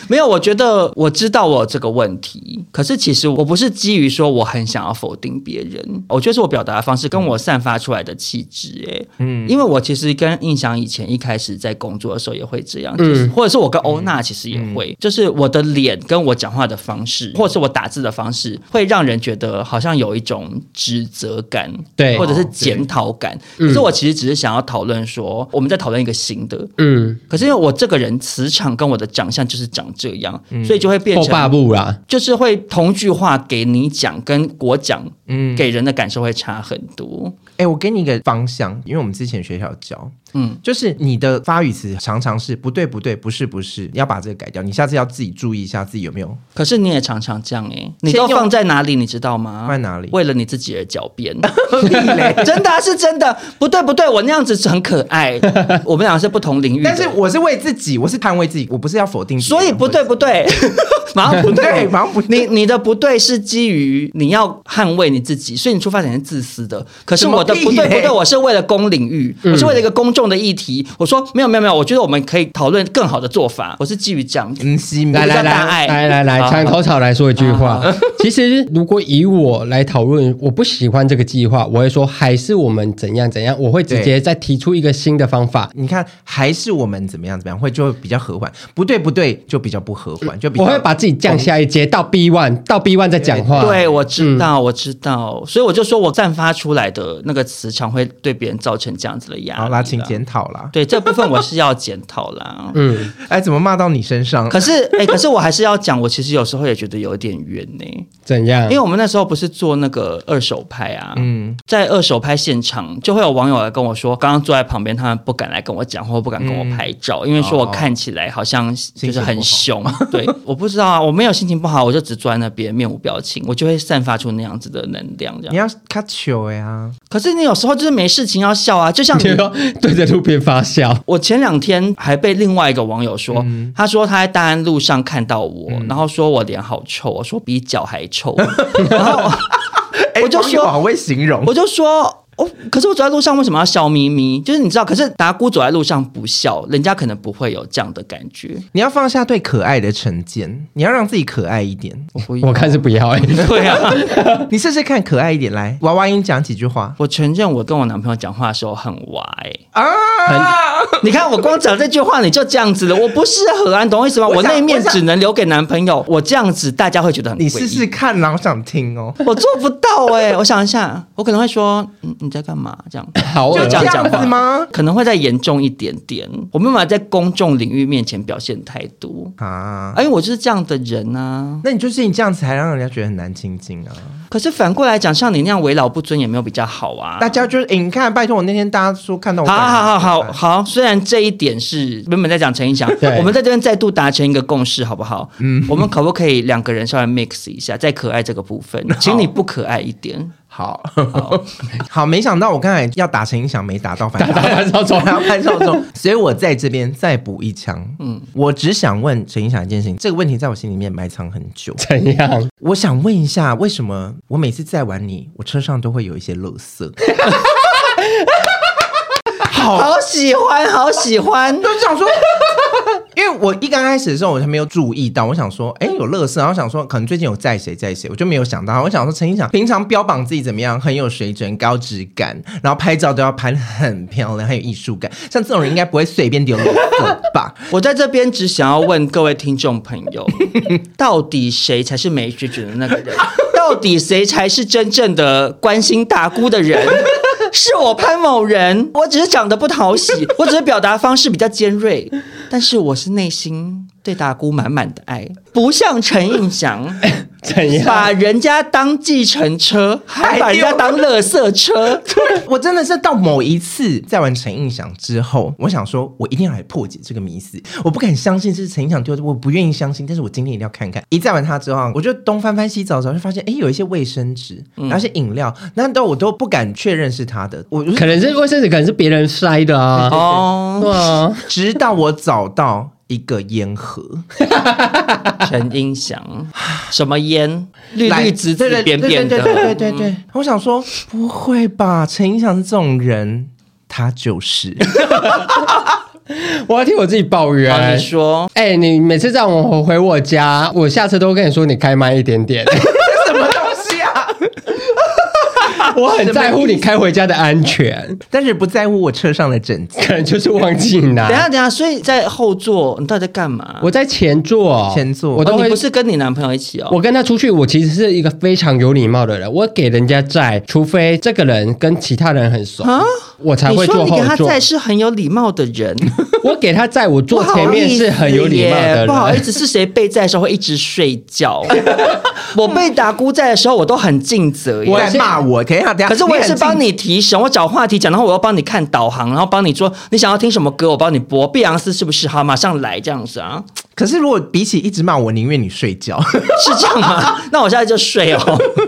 Speaker 2: 没有，我觉得我知道我有这个问题，可是其实我不是基于说我很想要否定别人，我觉得是我表达的方式跟我散发出来的气质、哎，嗯，因为我其实跟印象以前一开始在工作的时候也会这样，
Speaker 1: 嗯
Speaker 2: 就是、或者是我跟欧娜其实也会，就是我的脸跟我讲话的方式，或者是我打字的方式，会让人觉得好像有一种指责感，
Speaker 1: 对嗯
Speaker 2: 或者是检讨感。可是我其实只是想要讨论说，我们在讨论一个新的。
Speaker 1: 嗯，
Speaker 2: 可是因为我这个人磁场跟我的长相就是长这样， *laughs*
Speaker 3: 嗯
Speaker 2: 所以就会变
Speaker 1: 后霸
Speaker 2: 成
Speaker 1: 部啦，
Speaker 2: 就是会同句话给你讲跟我讲，
Speaker 3: 嗯
Speaker 2: 给人的感受会差很多。
Speaker 3: 哎、我给你一个方向，因为我们之前学校有教，
Speaker 2: 嗯
Speaker 3: 嗯，就是你的发语词常常是不对不对，不是不是，要把这个改掉。你下次要自己注意一下自己有没有
Speaker 2: 可是你也常常这样哎、你
Speaker 3: 先
Speaker 2: 都
Speaker 3: 用
Speaker 2: 放在哪里，你知道吗？
Speaker 3: 放在哪里
Speaker 2: 为了你自己而狡
Speaker 3: *laughs*
Speaker 2: 辩， *laughs* 真的、啊、是真的，不对不对，我那样子是很可爱。我们俩是不同领域的，
Speaker 3: *laughs* 但是我是为自己，我是捍卫自己，我不是要否定别人。
Speaker 2: 所以不对
Speaker 3: 或者
Speaker 2: 不对，
Speaker 3: *laughs*
Speaker 2: 马上不对
Speaker 3: 对，马上不对
Speaker 2: 你你的不对是基于你要捍卫你自己，所以你出发点是自私的。可是我的
Speaker 3: 什么
Speaker 2: 不
Speaker 3: 屁嗯
Speaker 2: 对不
Speaker 3: 嘞
Speaker 2: 对，我是为了公领域，我是为了一个公众重的议题，我说没有没有没有，我觉得我们可以讨论更好的做法。我是基于这样子，
Speaker 3: 嗯，西
Speaker 2: 我
Speaker 3: 来
Speaker 2: 比较
Speaker 1: 来来
Speaker 2: 大爱
Speaker 1: 来来来
Speaker 2: 好
Speaker 1: 来，
Speaker 2: 好
Speaker 1: 抢口草来说一句话。其实如果以我来讨论，我不喜欢这个计划，我会说还是我们怎样怎样，我会直接再提出一个新的方法。
Speaker 3: 你看，还是我们怎么样怎么样，会就会比较和缓。不对，不对，就比较不和缓，就比较
Speaker 1: 我会把自己降下一阶，到 B one，到 B one 再讲话。
Speaker 2: 对，我知道，我知道，所以我就说我散发出来的那个磁场会对别人造成这样子的压力。
Speaker 3: 好啦，请。检讨啦。
Speaker 2: 对这部分我是要检讨
Speaker 3: *laughs*
Speaker 2: 啦。
Speaker 1: 嗯，
Speaker 3: 哎，怎么骂到你身上？
Speaker 2: 可是，哎、可是我还是要讲，我其实有时候也觉得有点冤呢、
Speaker 1: 怎样？
Speaker 2: 因为我们那时候不是做那个二手拍啊，嗯，在二手拍现场就会有网友来跟我说，刚刚坐在旁边，他们不敢来跟我讲，或不敢跟我拍照，因为说我看起来好像就是很凶，嗯哦 *laughs* 对，我不知道啊，我没有心情不好，我就只坐在那边面无表情，我就会散发出那样子的能量，这
Speaker 3: 你
Speaker 2: 样。
Speaker 3: 要欸卡球呀！
Speaker 2: 可是你有时候就是没事情要笑啊，就像 *laughs*
Speaker 1: 你
Speaker 2: 你
Speaker 1: 说对着路边
Speaker 2: *laughs*
Speaker 1: 发笑，
Speaker 2: 我前两天还被另外一个网友说，他说他在大安路上看到我，然后说我脸好臭，我说比脚还 *laughs* 臭，然后
Speaker 3: 哎
Speaker 2: 我就
Speaker 3: 网友
Speaker 2: 说
Speaker 3: 好会形容
Speaker 2: 我，就说。哦，可是我走在路上为什么要笑眯眯？就是你知道，可是达姑走在路上不笑，人家可能不会有这样的感觉。
Speaker 3: 你要放下对可爱的成见，你要让自己可爱一点。
Speaker 2: 我不
Speaker 1: 我看是不要
Speaker 2: *laughs*
Speaker 1: 哎、
Speaker 2: 对啊，
Speaker 3: 你试试看，可爱一点来，娃娃音讲几句话
Speaker 2: 我承认我跟我男朋友讲话的时候很歪、
Speaker 3: *laughs* 啊！
Speaker 2: 你看我光讲这句话你就这样子了，我不适合啊，你懂我意思吗？
Speaker 3: 我
Speaker 2: 我
Speaker 3: 想
Speaker 2: 那一面
Speaker 3: 我想
Speaker 2: 只能留给男朋友，我这样子大家会觉得很
Speaker 3: 你
Speaker 2: 诡异
Speaker 3: 试试看啦，我想听哦。
Speaker 2: 我做不到哎、我想一下，我可能会说，嗯，你在干嘛？这样，
Speaker 1: 好恶
Speaker 2: 就
Speaker 1: 心
Speaker 2: 这样讲
Speaker 3: 就这样
Speaker 2: 话
Speaker 3: 子吗
Speaker 2: 可能会再严重一点点。我没有办法在公众领域面前表现太多，
Speaker 3: 啊，
Speaker 2: 哎，我就是这样的人啊。
Speaker 3: 那你就是你这样子，还让人家觉得很难亲近啊！
Speaker 2: 可是反过来讲，像你那样为老不尊也没有比较好啊。
Speaker 3: 大家啊就是，哎你看，拜托我那天大家说看到我，
Speaker 2: 好好好好，好，虽然这一点是原本在讲陈意翔，
Speaker 1: 对
Speaker 2: 我们在这边再度达成一个共识，好不好？嗯，我们可不可以两个人稍微 mix 一下，在可爱这个部分，请你不可爱一点。
Speaker 3: 好好，没想到我刚才要打成音响没打到，
Speaker 2: *laughs*
Speaker 3: 反正
Speaker 1: 打完之后走
Speaker 3: *laughs* 我还要拍照中，所以我在这边再补一枪。嗯，我只想问陈意翔一件事情，这个问题在我心里面埋藏很久。
Speaker 1: 怎样？
Speaker 3: 我想问一下，为什么我每次载完你，我车上都会有一些垃圾？好，
Speaker 2: 好喜欢，好喜欢。
Speaker 3: 我想说， *laughs* 因为我一刚开始的时候，我还没有注意到，我想说，哎、有垃圾，然后想说，可能最近有载谁载谁，我就没有想到。我想说，陈意翔平常标榜自己怎么样，很有水准、高质感，然后拍照都要拍得很漂亮，很有艺术感，像这种人应该不会随便丢垃圾吧？
Speaker 2: 我在这边只想要问各位听众朋友，到底谁才是没水准的那个人？到底谁才是真正的关心大姑的人？是我潘某人，我只是长得不讨喜，我只是表达方式比较尖锐，但是我是内心对大姑满满的爱，不像陈映祥。
Speaker 1: 怎样？
Speaker 2: 把人家当计程车，还把人家当垃圾车，
Speaker 3: 我真的是到某一次在完陈印象之后，我想说，我一定要来破解这个迷思。我不敢相信这是陈印象丢的，我不愿意相信，但是我今天一定要看看。一载完它之后，我就东翻翻西找找，就发现哎，诶有一些卫生纸，嗯然后一些饮料，那都我都不敢确认是他的。我我就
Speaker 1: 可能是卫生纸，可能是别人塞的啊。
Speaker 2: 哦
Speaker 1: 对啊，
Speaker 3: 直到我找到一个烟盒，
Speaker 2: 陈英祥，什么烟，绿
Speaker 3: 来
Speaker 2: 绿紫紫
Speaker 3: 对对
Speaker 2: 扁扁的，
Speaker 3: 对对对对对对。嗯我想说，不会吧？陈印象是这种人， *laughs* 他就是。
Speaker 1: 我要替我自己抱怨。
Speaker 2: 哦好，你说
Speaker 1: 哎、你每次让我回我家，我下车都跟你说你开慢一
Speaker 2: *laughs*
Speaker 1: 点点，
Speaker 3: 什么东西啊？
Speaker 2: 啊
Speaker 1: *laughs* 我很在乎你开回家的安全，
Speaker 3: 但是不在乎我车上的整洁。
Speaker 1: 可能就是忘记拿。
Speaker 2: 等一下等一下，所以在后座你到底在干嘛？
Speaker 1: 啊我在前座，
Speaker 3: 前座
Speaker 1: 我
Speaker 2: 哦
Speaker 1: 都
Speaker 2: 你
Speaker 1: 会
Speaker 2: 不。是跟你男朋友一起哦？
Speaker 1: 我跟他出去，我其实是一个非常有礼貌的人。我给人家载，除非这个人跟其他人很熟，
Speaker 2: 啊，
Speaker 1: 我才
Speaker 2: 你
Speaker 1: 会
Speaker 2: 说
Speaker 1: 坐
Speaker 2: 你给他
Speaker 1: 后座
Speaker 2: 在。是很有礼貌的人，
Speaker 1: 我给他载，我
Speaker 2: 不
Speaker 1: *laughs* 坐
Speaker 2: 好
Speaker 1: 前面
Speaker 2: 意思
Speaker 1: 是很有礼貌
Speaker 2: 耶
Speaker 1: 的人。
Speaker 2: 不好意思，是谁被在的时候会一直睡
Speaker 1: *laughs*
Speaker 2: 觉？我被打姑在的时候，我都很尽责耶。
Speaker 3: 我在骂我，等一下，等一下。
Speaker 2: 可是我也是
Speaker 3: 很
Speaker 2: 帮
Speaker 3: 近
Speaker 2: 你提神，我找话题讲，然后我又帮你看导航，然后帮你说你想要听什么歌，我帮你播。碧昂斯是不是？好，马上来这样子啊？
Speaker 3: 可是如果比起一直骂我，宁愿你睡觉。
Speaker 2: 是这样
Speaker 1: *laughs*
Speaker 2: 吗？那我现在就睡哦。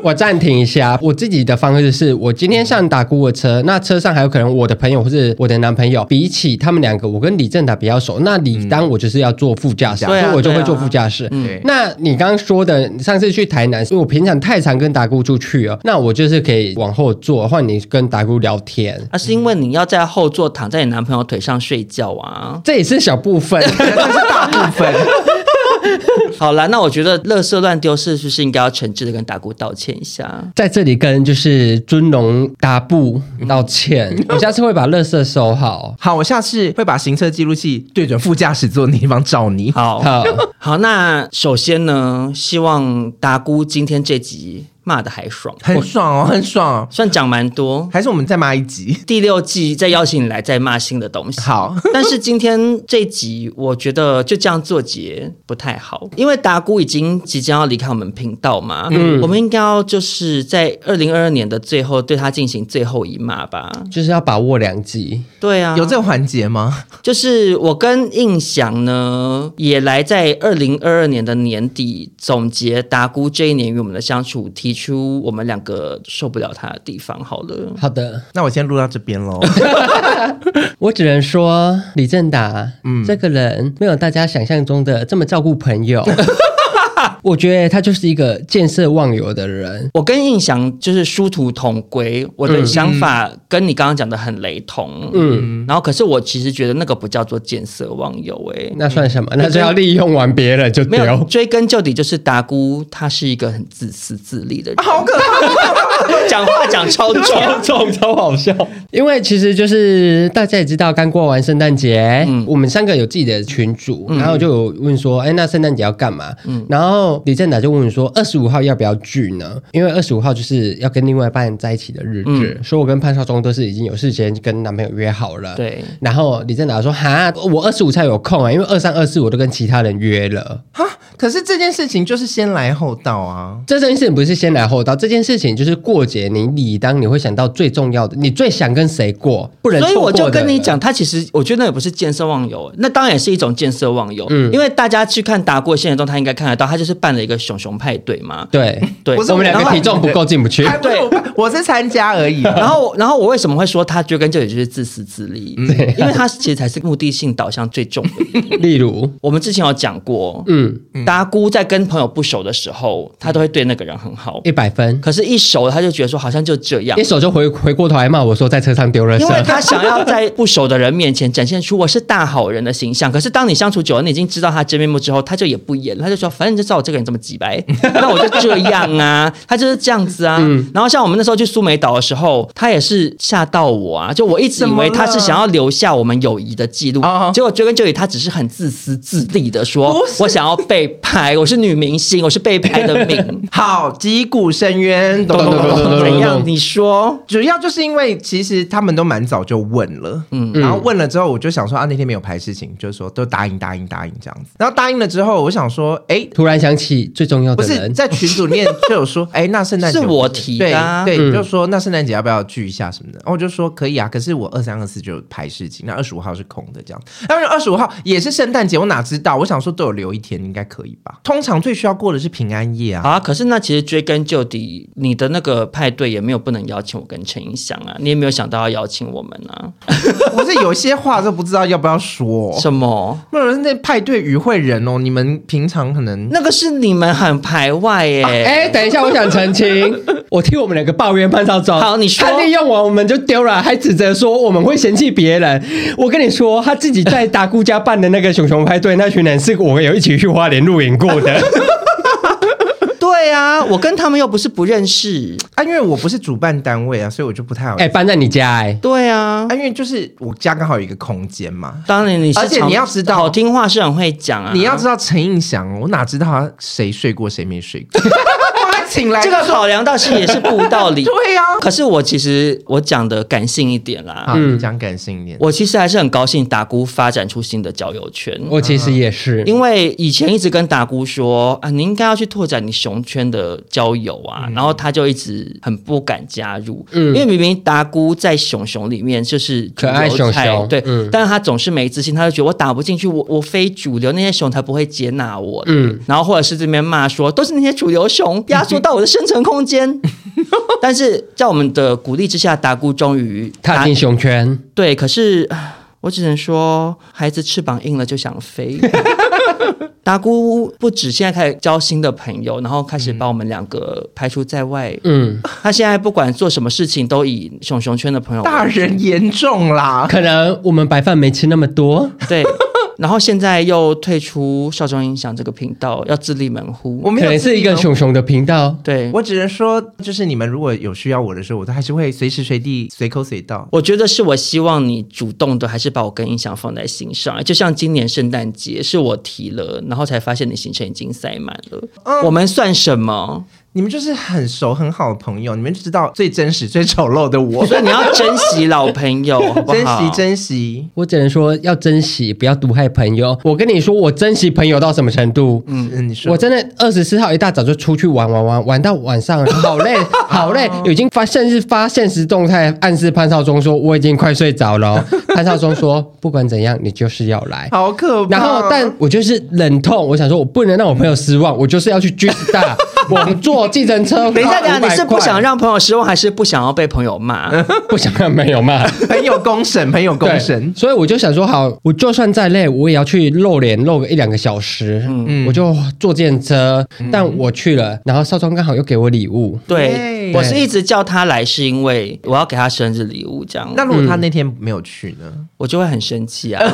Speaker 1: 我暂停一下，我自己的方式是我今天上打姑的车，那车上还有可能我的朋友或是我的男朋友，比起他们两个，我跟李正达比较熟，那理当我就是要坐副驾驶，所
Speaker 3: 嗯
Speaker 2: 嗯对啊
Speaker 1: 以我就会
Speaker 2: 对啊
Speaker 1: 坐副驾驶。
Speaker 3: *laughs* 对
Speaker 1: 那你刚刚说的，上次去台南，因为我平常太常跟达姑出去了，那我就是可以往后坐，换你跟达姑聊天，
Speaker 2: 那、啊是因为你要在后座躺在你男朋友腿上睡觉啊。
Speaker 1: 这也是小部 *laughs* 分。
Speaker 3: 这是大部分。
Speaker 2: 好啦，那我觉得乐色乱丢是不是应该要诚挚的跟达姑道歉一下？
Speaker 1: 在这里跟就是尊龙达布道 *laughs* 歉，我下次会把垃圾收好。
Speaker 3: 好，我下次会把行车记录器对准副驾驶座那地方照你。
Speaker 2: 好
Speaker 1: 好，
Speaker 2: 好，那首先呢，希望达姑今天这集骂的还爽，
Speaker 3: 很爽哦，很爽哦。
Speaker 2: 算讲蛮多。
Speaker 3: 还是我们再骂一集？
Speaker 2: 第六季再邀请你来再骂新的东西。
Speaker 3: 好，
Speaker 2: *laughs* 但是今天这集，我觉得就这样做结不太好，因为达姑已经即将要离开我们频道嘛，
Speaker 3: 嗯
Speaker 2: 我们应该要就是在二零二二年的最后对他进行最后一骂吧。
Speaker 1: 就是要把握良机。
Speaker 2: 对啊，
Speaker 3: 有这个环节吗？
Speaker 2: 就是我跟印象呢，也来在二零二二年的年底总结达姑这一年与我们的相处，提出我们两个受不了他的地方。好了，
Speaker 1: 好的，
Speaker 3: 那我先录到这边 *laughs* 喽。
Speaker 1: 我只能说李正达，嗯，这个人没有大家想象中的这么照顾朋 *laughs* 友。我觉得他就是一个见色忘友的人。
Speaker 2: 我跟印象就是殊途同归，我的想法跟你刚刚讲的很雷同。嗯，然后可是我其实觉得那个不叫做见色忘友、欸，
Speaker 1: 那算什么？那就要利用完别人就
Speaker 2: 没有
Speaker 1: 丢。
Speaker 2: 追根究底，就是达姑她是一个很自私自利的人，好可怕！讲话讲超 *laughs* 重，
Speaker 1: 种 *laughs* 超好笑，因为其实就是大家也知道，刚过完圣诞节，我们三个有自己的群组，然后就有问说，哎、那圣诞节要干嘛？然后李正达就问说，二十五号要不要聚呢？因为二十五号就是要跟另外一半在一起的日子，所以我跟潘少忠都是已经有事先跟男朋友约好了。
Speaker 2: 对
Speaker 1: 然后李正达说，哈，我二十五才有空啊，因为二三二四我都跟其他人约了。
Speaker 3: 哈，可是这件事情就是先来后到啊。
Speaker 1: 这件事情不是先来后到，这件事情就是过节，你理当你会想到最重要的，你最想跟谁过，不能
Speaker 2: 所以
Speaker 1: 错
Speaker 2: 我就
Speaker 1: 过的
Speaker 2: 跟你
Speaker 1: 人
Speaker 2: 讲，，他其实我觉得那也不是见色忘友，欸那当然也是一种见色忘友。嗯，因为大家去看达姑的现实中，他应该看得到，他就是办了一个熊熊派对嘛。
Speaker 1: 对，
Speaker 2: 对
Speaker 3: 不，是
Speaker 1: 我们两个体重不够进不去。*laughs*
Speaker 3: *laughs* 哎不是我我是参加而 *laughs* 已啊。
Speaker 2: *laughs* 然后，然后我为什么会说他追根究底就是自私自利？因为他其实才是目的性导向最重的一个。
Speaker 1: 例如，
Speaker 2: 我们之前有讲过，
Speaker 1: 嗯，
Speaker 2: 达姑在跟朋友不熟的时候，他都会对那个人很好，
Speaker 1: 一百分，
Speaker 2: 可是，一熟了他就觉得说好像就这样
Speaker 1: 一。手就回回过头来骂我说在车上丢垃
Speaker 2: 因为
Speaker 3: 啊
Speaker 1: 圾。
Speaker 2: 他想要在不熟的人面前展现出我是大好人的形象，可是当你相处久了，你已经知道他真面目之后，他就也不演了，他就说反正你就知道我这个人这么几白， *laughs* 那我就这样啊，他就是这样子啊。然后像我们那时候去苏梅岛的时候，他也是吓到我啊，就我一直以为他是想要留下我们友谊的记录
Speaker 3: 怎么了，
Speaker 2: 结果追根究底，他只是很自私自利的说
Speaker 3: 啊不，是，
Speaker 2: 我想要被拍，我是女明星，我是被拍的命
Speaker 3: *laughs* 好，击鼓深渊，咚
Speaker 1: 咚
Speaker 3: 咚
Speaker 1: 咚
Speaker 3: 咚
Speaker 1: 咚
Speaker 3: 咚
Speaker 1: 咚
Speaker 3: 咚
Speaker 1: 咚
Speaker 2: 怎样？你说？
Speaker 3: 主要就是因为其实他们都蛮早就问了，嗯，然后问了之后，我就想说啊，那天没有排事情，就是说都答应答应答应这样子。然后答应了之后，我想说，哎，
Speaker 1: 突然想起最重要
Speaker 3: 不
Speaker 1: 的
Speaker 3: 是
Speaker 1: 人，
Speaker 3: 在群组里面就有说，哎，那圣诞
Speaker 2: *laughs*
Speaker 3: 节
Speaker 2: 是我提的啊
Speaker 3: 对对，就说那圣诞节要不要聚一下什么的。然后我就说可以啊，可是我二三二四就有排事情，那二十五号是空的这样。当然二十五号也是圣诞节，我哪知道？我想说都有留一天，应该可以吧？通常最需要过的是平安夜啊。
Speaker 2: 好啊，可是那其实追根究底，你的那个派对也没有不能邀请我跟陈英祥啊，你也没有想到要邀请我们啊？
Speaker 3: 不是有些话都不知道要不要说。
Speaker 2: 什么？
Speaker 3: 那人那派对与会人哦，你们平常可能
Speaker 2: 那个是你们很排外
Speaker 3: 啊
Speaker 2: 耶、
Speaker 1: 哎、等一下，我想澄清， *laughs* 我替我们两个抱怨潘少忠。
Speaker 2: 好你说
Speaker 1: 他利用完我们就丢了，还指责说我们会嫌弃别人。我跟你说，他自己在达姑家办的那个熊熊派对，那群人是我有一起去花莲露营过的。
Speaker 2: *laughs* 对啊，我跟他们又不是不认识。
Speaker 3: 啊，因为我不是主办单位啊，所以我就不太好。
Speaker 1: 哎、搬在你家哎、
Speaker 2: 对啊
Speaker 3: 啊，，因为就是我家刚好有一个空间嘛。
Speaker 2: 当然你是常，
Speaker 3: 而且你要知道
Speaker 2: 好听话是很会讲啊。
Speaker 3: 你要知道陈映祥哦，我哪知道他谁睡过谁没睡
Speaker 1: *laughs*
Speaker 3: 过？我还请来
Speaker 2: 这个考量到是也是不无道
Speaker 3: *laughs*
Speaker 2: 理。啊
Speaker 3: 对呀、
Speaker 1: 嗯
Speaker 2: 可是我其实我讲的感性一点啦，
Speaker 3: 啊，嗯，讲感性一点。
Speaker 2: 我其实还是很高兴达姑发展出新的交友圈。
Speaker 1: 我其实也是，
Speaker 3: 嗯
Speaker 2: 因为以前一直跟达姑说啊，你应该要去拓展你熊圈的交友啊，
Speaker 1: 嗯
Speaker 2: 然后他就一直很不敢加入，因为明明达姑在熊熊里面就是主流
Speaker 1: 可爱熊
Speaker 2: 菜
Speaker 1: 熊
Speaker 2: 对，
Speaker 1: 嗯
Speaker 2: 但是他总是没自信，他就觉得我打不进去，我我非主流，那些熊才不会接纳我，嗯，然后或者是这边骂说都是那些主流熊压缩到我的生存空
Speaker 1: *laughs*
Speaker 2: 间，但是在我们的鼓励之下，达姑终于
Speaker 1: 踏进熊圈。
Speaker 2: 对，可是唉我只能说，孩子翅膀硬了就想
Speaker 3: *laughs*
Speaker 2: 飞。达姑不止现在开始交新的朋友，然后开始把我们两个排除在外。
Speaker 1: 嗯，
Speaker 2: 他现在不管做什么事情，都以熊熊圈的朋友为
Speaker 3: *laughs* 大人严重啦，
Speaker 1: 可能我们白饭没吃那么多，
Speaker 2: 对。然后现在又退出少中音响这个频道，要自立门
Speaker 3: 我
Speaker 2: 户。
Speaker 3: *laughs* 没
Speaker 1: 可
Speaker 3: 有
Speaker 1: 能
Speaker 3: 自
Speaker 1: 是
Speaker 3: 己
Speaker 1: 一个
Speaker 3: 能
Speaker 1: 熊熊的频道。
Speaker 2: 对，我
Speaker 3: 我只能说，就是你们如果有需要我的时候，我都还是会随时随地、随口随到。
Speaker 2: 我觉得是我希望你主动的，还是把我跟音响放在心上。就像今年圣诞节是我提了，然后才发现你行程已经塞满了。
Speaker 3: 嗯
Speaker 2: 我们算什么？
Speaker 3: 你们就是很熟、很好的朋友，你们就知道最真实、最丑陋
Speaker 1: *laughs*
Speaker 3: 的我，
Speaker 2: *laughs* 所以你要珍惜老朋友，好不好？
Speaker 3: 珍惜珍惜。
Speaker 1: 我只能说要珍惜，不要毒害朋友。我跟你说，我珍惜朋友到什么程度？
Speaker 3: 嗯，你说
Speaker 1: 我真的二十四号一大早就出去玩玩玩，玩到晚上
Speaker 3: *laughs*
Speaker 1: 好累好累，
Speaker 3: 哦
Speaker 1: 已经发甚至发现实动态暗示潘少忠说我已经快睡着
Speaker 3: *laughs*
Speaker 1: 了哦、潘少忠说不管怎样你就是要来。
Speaker 3: 好啊可怕。
Speaker 1: 然后，但我就是忍痛，我想说，我不能让我朋友失望，我就是要去 G Star，我们坐计程车。
Speaker 2: 等一下，等一下，
Speaker 1: 500
Speaker 2: 你是不
Speaker 1: 块
Speaker 2: 想让朋友失望，还是不想要被朋友骂？
Speaker 1: 不想让朋友骂？
Speaker 3: 朋友公审，朋友公
Speaker 1: 对
Speaker 3: 审，
Speaker 1: 所以我就想说，好，我就算再累，我也要去露脸露个一两个小时。嗯，我就坐电车，但我去了，然后少庄刚好又给我礼物。
Speaker 2: 对，
Speaker 3: 对
Speaker 2: 我是一直叫他来，是因为我要给他生日礼物，这样，
Speaker 3: 那如果他那天没有去呢？
Speaker 2: 我就会很生气啊。 *laughs*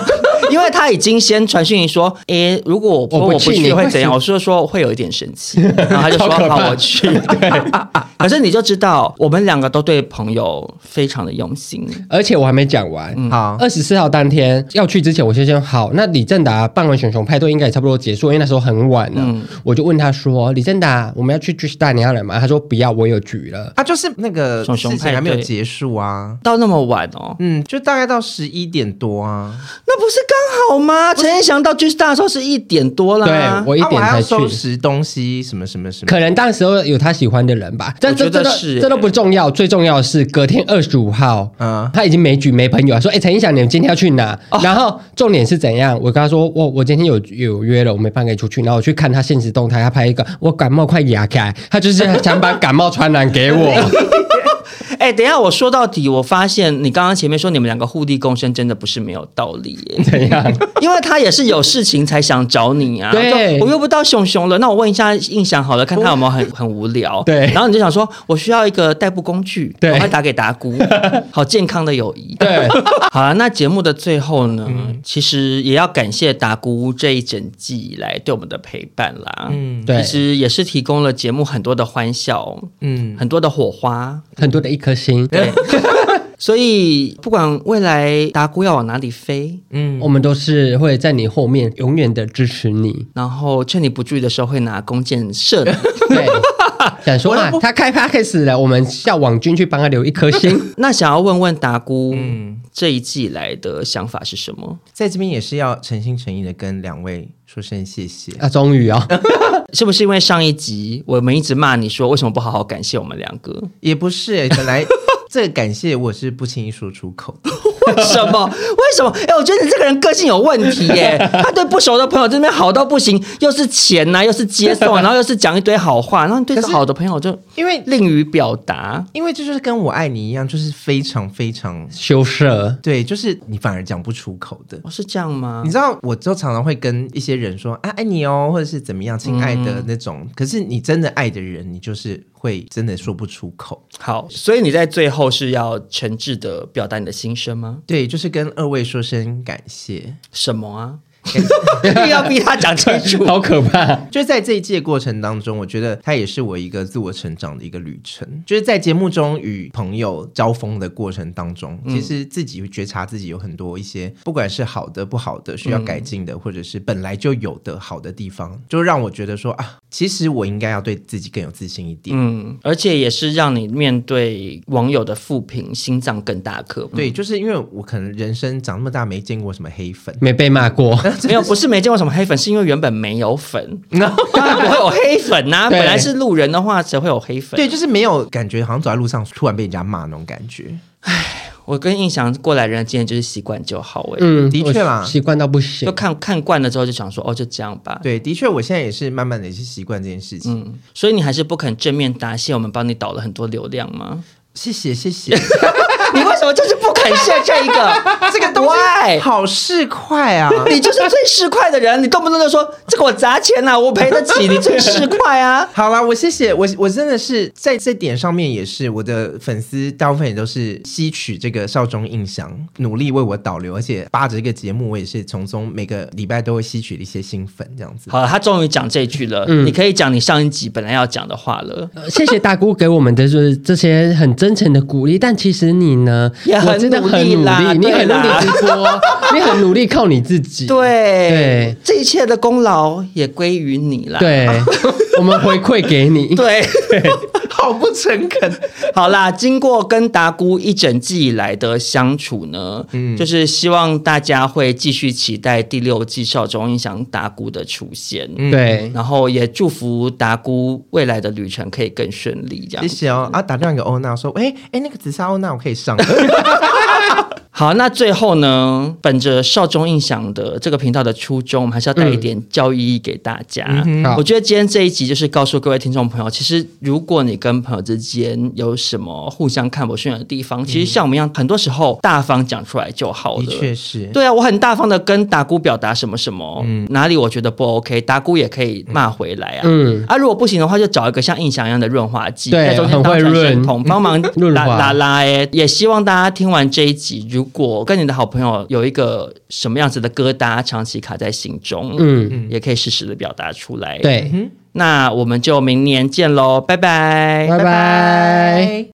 Speaker 2: 因为他已经先传讯息说，诶，如果我
Speaker 1: 我不
Speaker 2: 我
Speaker 1: 去
Speaker 2: 不
Speaker 1: 你
Speaker 2: 去
Speaker 1: 会
Speaker 2: 会怎样？我说说会有一点生气，然后他就说
Speaker 1: 超可怕
Speaker 2: 好我去。 *laughs* 可是你就知道，我们两个都对朋友非常的用心。
Speaker 1: 而且我还没讲完。
Speaker 3: 好，
Speaker 1: 二十四号当天要去之前，我先说好，那李正达办完熊熊派对应该也差不多结束，因为那时候很晚了。我就问他说：“李正达，我们要去 G Star，你要来吗？”他说：“不要，我有局了。
Speaker 3: 啊，就是那个
Speaker 2: 熊熊
Speaker 3: 事
Speaker 2: 派
Speaker 3: 情
Speaker 2: 对
Speaker 3: 还没有结束啊。
Speaker 2: 到那么晚哦，
Speaker 3: 嗯，就大概到十一点多啊，
Speaker 2: 那不是刚好吗？陈彦祥到 G Star 的时候是一点多啦。
Speaker 1: 对我一
Speaker 3: 啊我
Speaker 1: 点
Speaker 3: 还
Speaker 1: 才
Speaker 3: 要
Speaker 1: 去。
Speaker 3: 收拾东西，什么什么什么。
Speaker 1: 可能当时候有他喜欢的人吧，但
Speaker 2: 我觉得
Speaker 1: 这这都
Speaker 2: 是
Speaker 1: 这都不重要，最重要的是隔天二十五号，
Speaker 3: 嗯
Speaker 1: 他已经没局没朋友了，说哎陈一翔你们今天要去哪？然后重点是怎样？我跟他说我我今天有有约了，我没办法跟你出去，然后我去看他现实动态，他拍一个我感冒快哑开，他就是想把感冒传染给我。。
Speaker 2: *laughs* 哎、等一下，我说到底，我发现你刚刚前面说你们两个互利共生，真的不是没有道理耶
Speaker 1: *laughs* 怎样？
Speaker 2: 因为他也是有事情才想找你啊，
Speaker 1: 对
Speaker 2: 就我约不到熊熊了，那我问一下印象好了，看他有没有很很无聊。
Speaker 1: 对
Speaker 2: 然后你就想说，我需要一个代步工具，
Speaker 1: 对
Speaker 2: 赶快打给达
Speaker 1: *laughs*
Speaker 2: 姑，好健康的友谊。
Speaker 1: 对，嗯
Speaker 2: 好啊，那节目的最后呢，其实也要感谢达姑这一整季以来对我们的陪伴啦。嗯，
Speaker 1: 对
Speaker 2: 其实也是提供了节目很多的欢笑，
Speaker 3: 嗯，
Speaker 2: 很多的火花，
Speaker 1: 很多的一颗心，
Speaker 2: 对，所以不管未来达姑要往哪里飞，
Speaker 1: 我们都是会在你后面永远的支持你。
Speaker 2: 然后趁你不注意的时候会拿弓箭射
Speaker 3: *laughs*
Speaker 2: 你。
Speaker 1: 对， *laughs* 想说啊，他开 p a c k s 了，我们叫网军去帮他留一颗心。
Speaker 2: 那想要问问达姑，
Speaker 3: 嗯
Speaker 2: 这一季以来的想法是什么？
Speaker 3: 在这边也是要诚心诚意的跟两位说声谢谢。
Speaker 2: *laughs*
Speaker 1: 啊，终于哦，
Speaker 2: 是不是因为上一集我们一直骂你说为什么不好好感谢我们两
Speaker 3: *laughs*
Speaker 2: 个？
Speaker 3: 也不是、
Speaker 1: *laughs*
Speaker 3: 欸，本来这个感谢我是不轻易说出口的。
Speaker 2: 为什么？为什么？哎、我觉得你这个人个性有问题
Speaker 3: *laughs*
Speaker 2: 耶！他对不熟的朋友这边好到不行，又是钱呐、又是接送，啊
Speaker 3: *laughs*
Speaker 2: 然后又是讲一堆好话，然后你对
Speaker 3: 可是
Speaker 2: 好的朋友就
Speaker 3: 因为
Speaker 2: 吝于表达。
Speaker 3: 因为这就是跟我爱你一样，就是非常非常
Speaker 1: 羞涩。
Speaker 3: 对，就是你反而讲不出口的。
Speaker 2: 哦，是这样吗
Speaker 3: 你？知道，我就常常会跟一些人说啊，爱你哦，或者是怎么样，亲爱的那种。可是你真的爱的人，你就是会真的说不出口。
Speaker 2: 好，所以你在最后是要诚挚的表达你的心声吗？
Speaker 3: 对，就是跟二位说声感谢。
Speaker 2: 什么啊？一定要逼他讲清楚。
Speaker 1: 好可怕！
Speaker 3: 就是在这一季的过程当中，我觉得它也是我一个自我成长的一个旅程。就是在节目中与朋友交锋的过程当中，其实自己会觉察自己有很多一些，不管是好的、不好的，需要改进的，或者是本来就有的好的地方，就让我觉得说啊，其实我应该要对自己更有自信一点。
Speaker 2: 嗯，而且也是让你面对网友的负评，心脏更大颗。，
Speaker 3: 对，就是因为我可能人生长那么大没见过什么黑粉，
Speaker 1: 没被骂过，
Speaker 2: *laughs* 没有不是没见过什么黑粉，是因为原本没有粉，当然不会有黑粉呐、
Speaker 1: 对
Speaker 2: 本来是路人的话，谁会有黑粉？
Speaker 3: 对，就是没有感觉，好像走在路上突然被人家骂那种感觉。
Speaker 2: 我跟印象过来人的经验就是习惯就好、欸，
Speaker 1: 嗯，
Speaker 3: 的确啦
Speaker 1: 我习惯到不
Speaker 2: 就 *laughs*
Speaker 1: 行。
Speaker 2: 看看惯了之后就想说，哦，就这样吧。
Speaker 3: 对，的确，我现在也是慢慢的也是习惯这件事情。
Speaker 2: 嗯，所以你还是不肯正面答谢我们帮你导了很多流量吗？ *laughs*
Speaker 3: 谢谢，谢谢。
Speaker 2: 你为什么就是不肯卸这一
Speaker 3: *laughs*
Speaker 2: 个这个东西？
Speaker 3: 好啊市侩啊！ *laughs*
Speaker 2: 你就是最市侩的人，你动不动就说这个我砸钱呐、我赔得起，你最市侩啊！
Speaker 3: 好啦，我谢谢我，我真的是在这点上面也是我的粉丝，大部分也都是吸取这个少中印象，努力为我导流，而且扒着这个节目，我也是从中每个礼拜都会吸取一些新粉，这样子。
Speaker 2: *laughs* 好了，他终于讲这句了，你可以讲你上一集本来要讲的话了。
Speaker 1: 呃谢谢大姑给我们的就是这些很真诚的鼓励，但其实你呢，
Speaker 2: 也很
Speaker 1: 我真的很
Speaker 2: 努力啦
Speaker 1: 你
Speaker 2: 对
Speaker 1: 很努力
Speaker 2: 啦
Speaker 1: 直播，你很努力靠你自己。
Speaker 2: 对
Speaker 1: 对，
Speaker 2: 这一切的功劳也归于你啦。 *laughs*
Speaker 1: 对，我们回馈给你。
Speaker 2: 对。
Speaker 3: 好不诚恳，
Speaker 2: 好啦，经过跟达姑一整季以来的相处呢，就是希望大家会继续期待第六季少中音响达姑的出现，
Speaker 1: 对，
Speaker 2: 然后也祝福达姑未来的旅程可以更顺利。这样
Speaker 3: 谢谢哦。啊，打电话给欧娜说，哎、哎、那个紫砂欧娜我可
Speaker 2: *laughs*
Speaker 3: 以上。
Speaker 2: 好，那最后呢，本着少中印象的这个频道的初衷，我们还是要带一点教育意义给大家。嗯
Speaker 1: 好
Speaker 2: 我觉得今天这一集就是告诉各位听众朋友，其实如果你跟朋友之间有什么互相看不顺眼的地方，其实像我们一样，很多时候大方讲出来就好了
Speaker 3: 的。确是，
Speaker 2: 对啊，我很大方的跟达姑表达什么什么，哪里我觉得不 OK，达姑也可以骂回来啊。
Speaker 1: 嗯
Speaker 2: 啊，如果不行的话，就找一个像印象一样的润滑剂，
Speaker 1: 对
Speaker 2: 在中间当
Speaker 1: 很会
Speaker 2: 传声
Speaker 1: 润
Speaker 2: 筒，帮忙
Speaker 1: *laughs* 润
Speaker 2: 拉
Speaker 1: 滑
Speaker 2: 拉拉哎。也希望大家听完这一集，如果跟你的好朋友有一个什么样子的疙瘩，长期卡在心中，
Speaker 1: 嗯，
Speaker 2: 也可以适时的表达出
Speaker 3: 嗯
Speaker 2: 来。，
Speaker 1: 对，
Speaker 2: 那我们就明年见喽，拜拜，
Speaker 1: 拜拜。
Speaker 3: 拜。